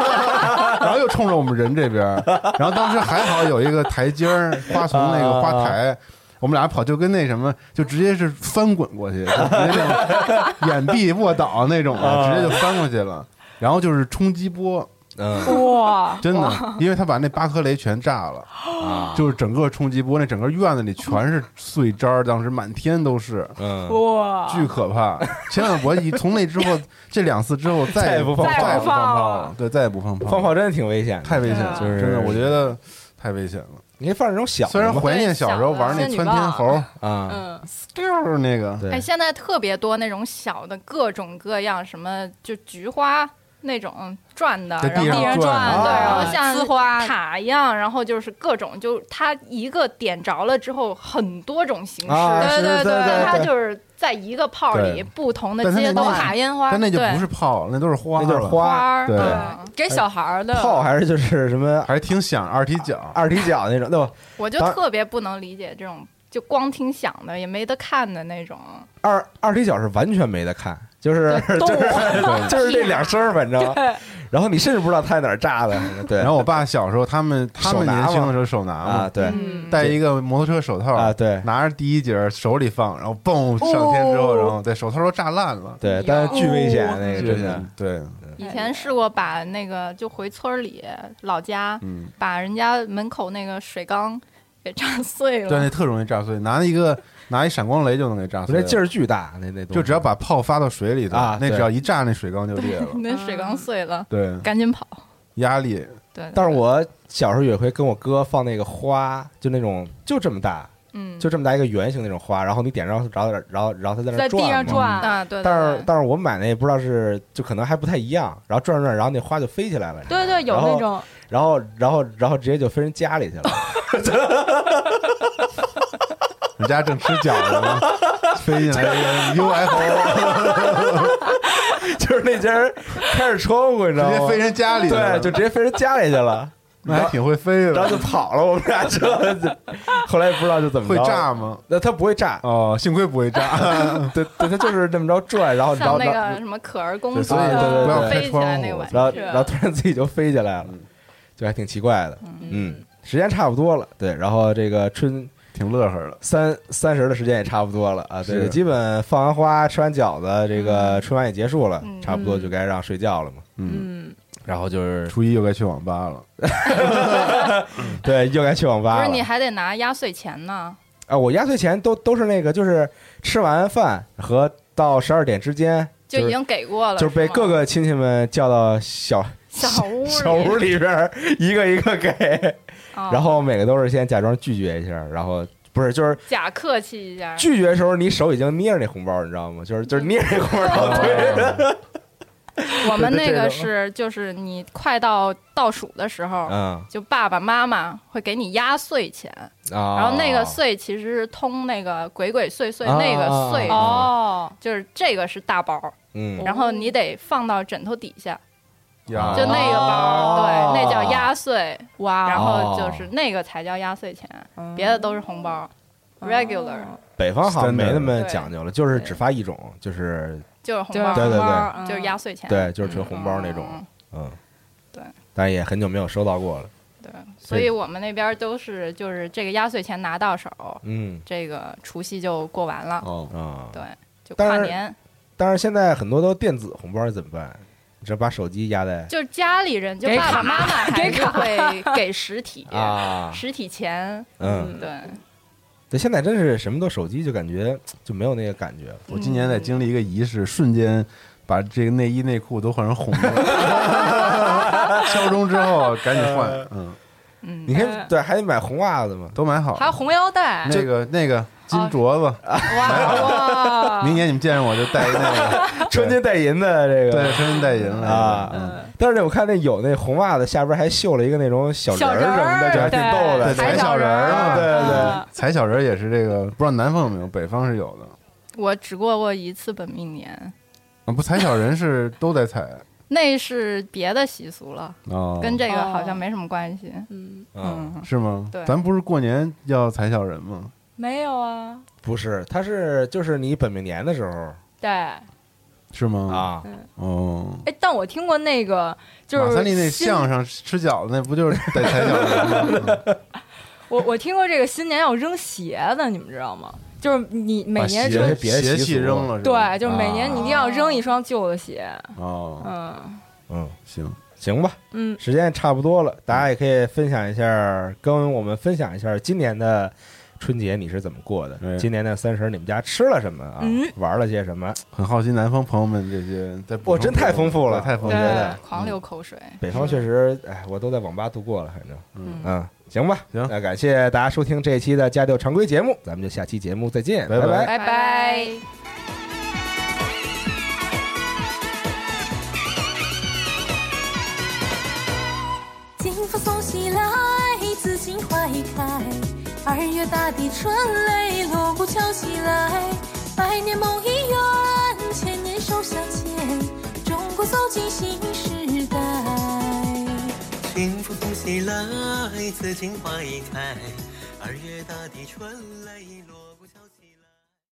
C: 然后又冲着我们人这边儿，然后当时还好有一个台阶儿，花丛那
B: 啊
C: 个花台，我们俩跑就跟那什么，就直接是翻滚过去，就直接那 种掩臂卧倒那种的，
B: 啊
C: 直接就翻过去了。然后就是冲击波，
B: 嗯
D: 哇，
C: 真的，因为他把那八颗雷全炸了，
B: 啊，
C: 就是整个冲击波，那整个院子里全是碎渣儿，当时满天都是，
B: 嗯，
D: 哇，
C: 巨可怕。前两我以从那之后，这两次之后再
B: 再也不放
D: 炮
C: 再也不放炮
D: 再不放
C: 了
D: 了，
C: 对，再也不放炮，
B: 放炮真的挺危险的，
C: 太危险
D: 对
C: 了，
D: 啊
B: 就是
C: 真的，我觉得太危险了。
B: 你可以放这种小的嘛，
C: 虽然怀念小时候玩那窜天猴，
B: 啊，
D: 嗯，
C: 就是那个
E: 哎，
B: 对，
E: 现在特别多那种小的各种各样，什么就菊花那种转的，
C: 在
E: 然
C: 地
E: 后
C: 上转
D: 上转
E: 对，
D: 的
E: 然
D: 啊
E: 后像
D: 呲花
E: 塔一样，然后就是各种，就它一个点着了之后，很多种形式，
B: 啊，
D: 嗯对
B: 是
D: 对
B: 是
D: 对
E: 但它
B: 对对，
E: 就是在一个炮
C: 对
E: 里不同的
C: 但它那
E: 阶
C: 个
E: 段
C: 塔
E: 烟花
C: 但那就
E: 对
C: 不是炮，那都是花
B: 那
C: 了，
B: 就是
E: 花
B: 花
E: 儿，
C: 对
E: 嗯
D: 给小孩儿的
B: 炮，还是就是什么
C: 还挺响，二踢脚。
B: 二踢脚那种，那不
E: 我就
B: 当
E: 特别不能理解这种。就光听响的，也没得看的那种，
B: 二二踢脚是完全没得看，就是
D: 动
B: 就是
D: 物
B: 就是这俩声儿，反 正，然后你甚至不知道他在哪儿炸的，对，
C: 然后我爸小时候，他们他们
B: 手拿嘛
C: 年轻的时候手拿
B: 啊，
C: 嘛，
B: 对
E: 嗯，
C: 戴一个摩托车手套
B: 啊，，对
C: 拿着第一节儿手里放，然后蹦上天之后，
D: 哦
C: 然后对手套都炸烂了，
B: 对，但是巨危险
D: 哦
B: 那个
C: 这
B: 真的，
C: 对，
E: 以前试过把那个就回村儿里老家，
C: 嗯，
E: 把人家门口那个水缸给炸碎
C: 对， 那
E: 了。
C: 特容易炸碎，拿一个拿一闪光雷就能给炸
B: 我
C: 碎
B: 那
C: 了，
B: 劲儿巨大，那那东西
C: 就只要把炮发到水里头
B: 啊
C: 那只
B: 对
C: 要一炸，那水缸就裂了，
E: 那水缸碎了，
C: 对，
E: 赶紧跑。
C: 压力
E: 对对，
B: 但是
E: 对
B: 我小时候有一回跟我哥放那个花，就那种就这么大，
E: 嗯
B: 就这么大一个圆形那种花，然后你点着着点，然后然后它在那
D: 在
B: 儿
D: 地
B: 嘛
D: 上转，
E: 啊对，对
B: 但是
E: 对
B: 但是我买那不知道是就可能还不太一样，然后转着转，然后那花就飞起来
E: 嗯
B: 了，
D: 对对，有
B: 然后
D: 那种
B: 然后然后然后直接就飞人家里去了，
C: 人家正吃饺子呢，飞进来一 个 UFO，
B: 就是那家人开着窗户，你知
C: 直
B: 道
C: 接
B: 吗
C: 飞？人家里去了，
B: 对，就直接飞人家里去 了，
C: 那还挺会飞
B: 然后
C: 的，
B: 就跑了。我们俩就 就后来也不知道就怎么
C: 会
B: 着，
C: 炸吗？
B: 那它不会炸，
C: 哦，幸亏不会 炸，
B: 对对，它就是这么着转，然后然
E: 像
B: 后
E: 那
B: 然后
E: 个什么可儿公
B: 对
E: 主
B: 所以对对
C: 不要
E: 啊
B: 对
C: 开
E: 飞起
C: 窗
E: 来
C: 户
E: 那个玩意
B: 然后
E: 是
B: 然后突然自己就飞起来了，
C: 嗯
B: 就还挺奇怪的。嗯，时间差不多了，对，然后这个春
C: 挺乐呵的。
B: 三三十的时间也差不多了啊，对，
C: 是
B: 基本放完花、吃完饺子，这个春晚也结束了，
E: 嗯
B: 差不多就该让睡觉了嘛。
C: 嗯，
D: 嗯，
B: 然后就是
C: 初一又该去网吧了，
B: 对，又该去网
E: 不
B: 吧
E: 是你
B: 了
E: 还得拿压岁钱呢，
B: 啊！我压岁钱都都是那个，就是吃完饭和到十二点之间，
E: 就已
B: 是
E: 经给过了，
B: 就是被
E: 吗
B: 各个亲戚们叫到小
E: 小屋
B: 小屋
E: 里，
B: 里边 儿，一个一个给，
E: 啊
B: 然后每个都是先假装拒绝一下，然后不是就是
E: 假客气一下，
B: 拒绝的时候，你手已经捏着那红包，你知道吗？就是就是捏着 那红包，然后推，
E: 我们
B: 对对
E: 那
B: 这
E: 个
B: 种
E: 是就是你快到倒数的时候，
B: 嗯
E: 就爸爸妈妈会给你压岁钱，
B: 啊，
E: 然后那个岁其实是通那个鬼鬼祟祟
B: 啊
E: 那个岁，
B: 啊啊
D: 哦，
E: 就是这个是大包，
B: 嗯，哦
E: 然后你得放到枕头底下，
C: 啊
B: 呀
E: 就那个包，
B: 哦
E: 对，那叫压岁，
D: 哇
E: 然
D: 哦，
E: 后就是那个才叫压岁钱，
D: 嗯
E: 别的都是红包，regular
D: 哦
B: 北方好像没那
E: Standard
B: 么
E: 对
B: 讲究了，就是只发一种，就是
E: 就是红
D: 就是
E: 包，
B: 对对
D: 对
E: 就是压岁钱，
B: 对，就是纯红包那种，
E: 嗯
B: 嗯，
E: 对，
B: 但也很久没有收到过了，
E: 对，所以我们那边都是就是这个压岁钱拿到手，
B: 嗯
E: 这个除夕就过完了，
C: 哦，
B: 啊，
E: 对，就
B: 当
E: 跨
B: 然
E: 年，
B: 但是现在很多都电子红包怎么办？你这把手机压在
E: 就是家里人，就
D: 给
E: 爸
D: 卡
E: 爸妈妈 还
D: 给
E: 是
D: 卡
E: 会给实体，
B: 啊，
E: 实体钱，
B: 嗯，
E: 对，
B: 对，现在真是什么都手机，就感觉就没有那个感觉了。
C: 我今年在经历一个仪式，瞬间把这个内衣内裤都换成红的， 敲钟之后赶紧换，嗯，
E: 嗯
B: 你，看
D: 嗯，
B: 对，还得买红袜子 嘛，
C: 都买好
D: 还有
C: 了。
D: 红腰带，
C: 那个那个金 镯子，
D: 哦哇哇，
C: 明年你们见着我就戴一那个。
B: 穿金戴银的这个
C: 对，穿金戴银了
B: 啊
C: 嗯
B: 但是我看那有那红袜子下边还绣了一个那种小人
D: 小
B: 儿
D: 人
B: 什么的，
D: 儿
B: 就还挺逗的。
C: 对
D: 踩
C: 踩
D: 小
C: 小人儿
D: 儿
C: 嘛
B: 对对对
D: 嗯
C: 踩小人儿也是这个，不知道南方有没有，北方是有的。
E: 我只过过一次本命年，
C: 啊，不，踩小人 是都在踩
E: 那是别的习俗了，
C: 哦，
E: 跟这个好像
D: 哦
E: 没什么关系，
D: 嗯，
B: 嗯，
E: 嗯，
C: 是吗？
E: 对
C: 咱不是过年要踩小人吗？
D: 没有啊，
B: 不是，它是就是你本命年的时候
D: 对，哎，
C: 是吗？，
B: 啊，
C: 哦，
D: 但我听过那个就是
C: 马三立那
D: 新
C: 相声吃饺子那不就是在踩小人吗？
D: 我我听过这个新年要扔鞋子，你们知道吗？就是你 每
B: 把
D: 年
B: 鞋啊
D: 就
B: 这
C: 邪
B: 是别的
C: 邪
B: 习
C: 气
B: 俗
C: 扔了是吧？
D: 对，就是每年你一定要扔一双旧的鞋。
C: 哦，
D: 嗯
B: 嗯，
C: 行，
B: 行吧，
D: 嗯，
B: 时间差不多了，大家也可以分享一下，跟我们分享一下今年的春节你是怎么过的，
C: 哎
B: 今年的三十儿你们家吃了什么啊，
D: 嗯
B: 玩了些什么？
C: 很好奇南方朋友们这些在
B: 我真太丰富了
C: 太丰
B: 我
C: 富
B: 觉
C: 了。
B: 得
E: 狂流口水，
D: 嗯
B: 北方确实，哎，我都在网吧度过了，反正，
C: 嗯
B: 嗯，行吧，
C: 行
B: 那感谢大家收听这一期的家教常规节目，咱们就下期节目再见，
C: 拜拜
B: 拜
D: 拜
E: 拜
D: 拜。
F: 清风送西来，紫荆花已开。二月大地春雷，锣鼓敲起来。百年梦已远，千年手相牵。中国走进新时代。
G: 清风送西来，紫荆花已开，二月大地春雷落。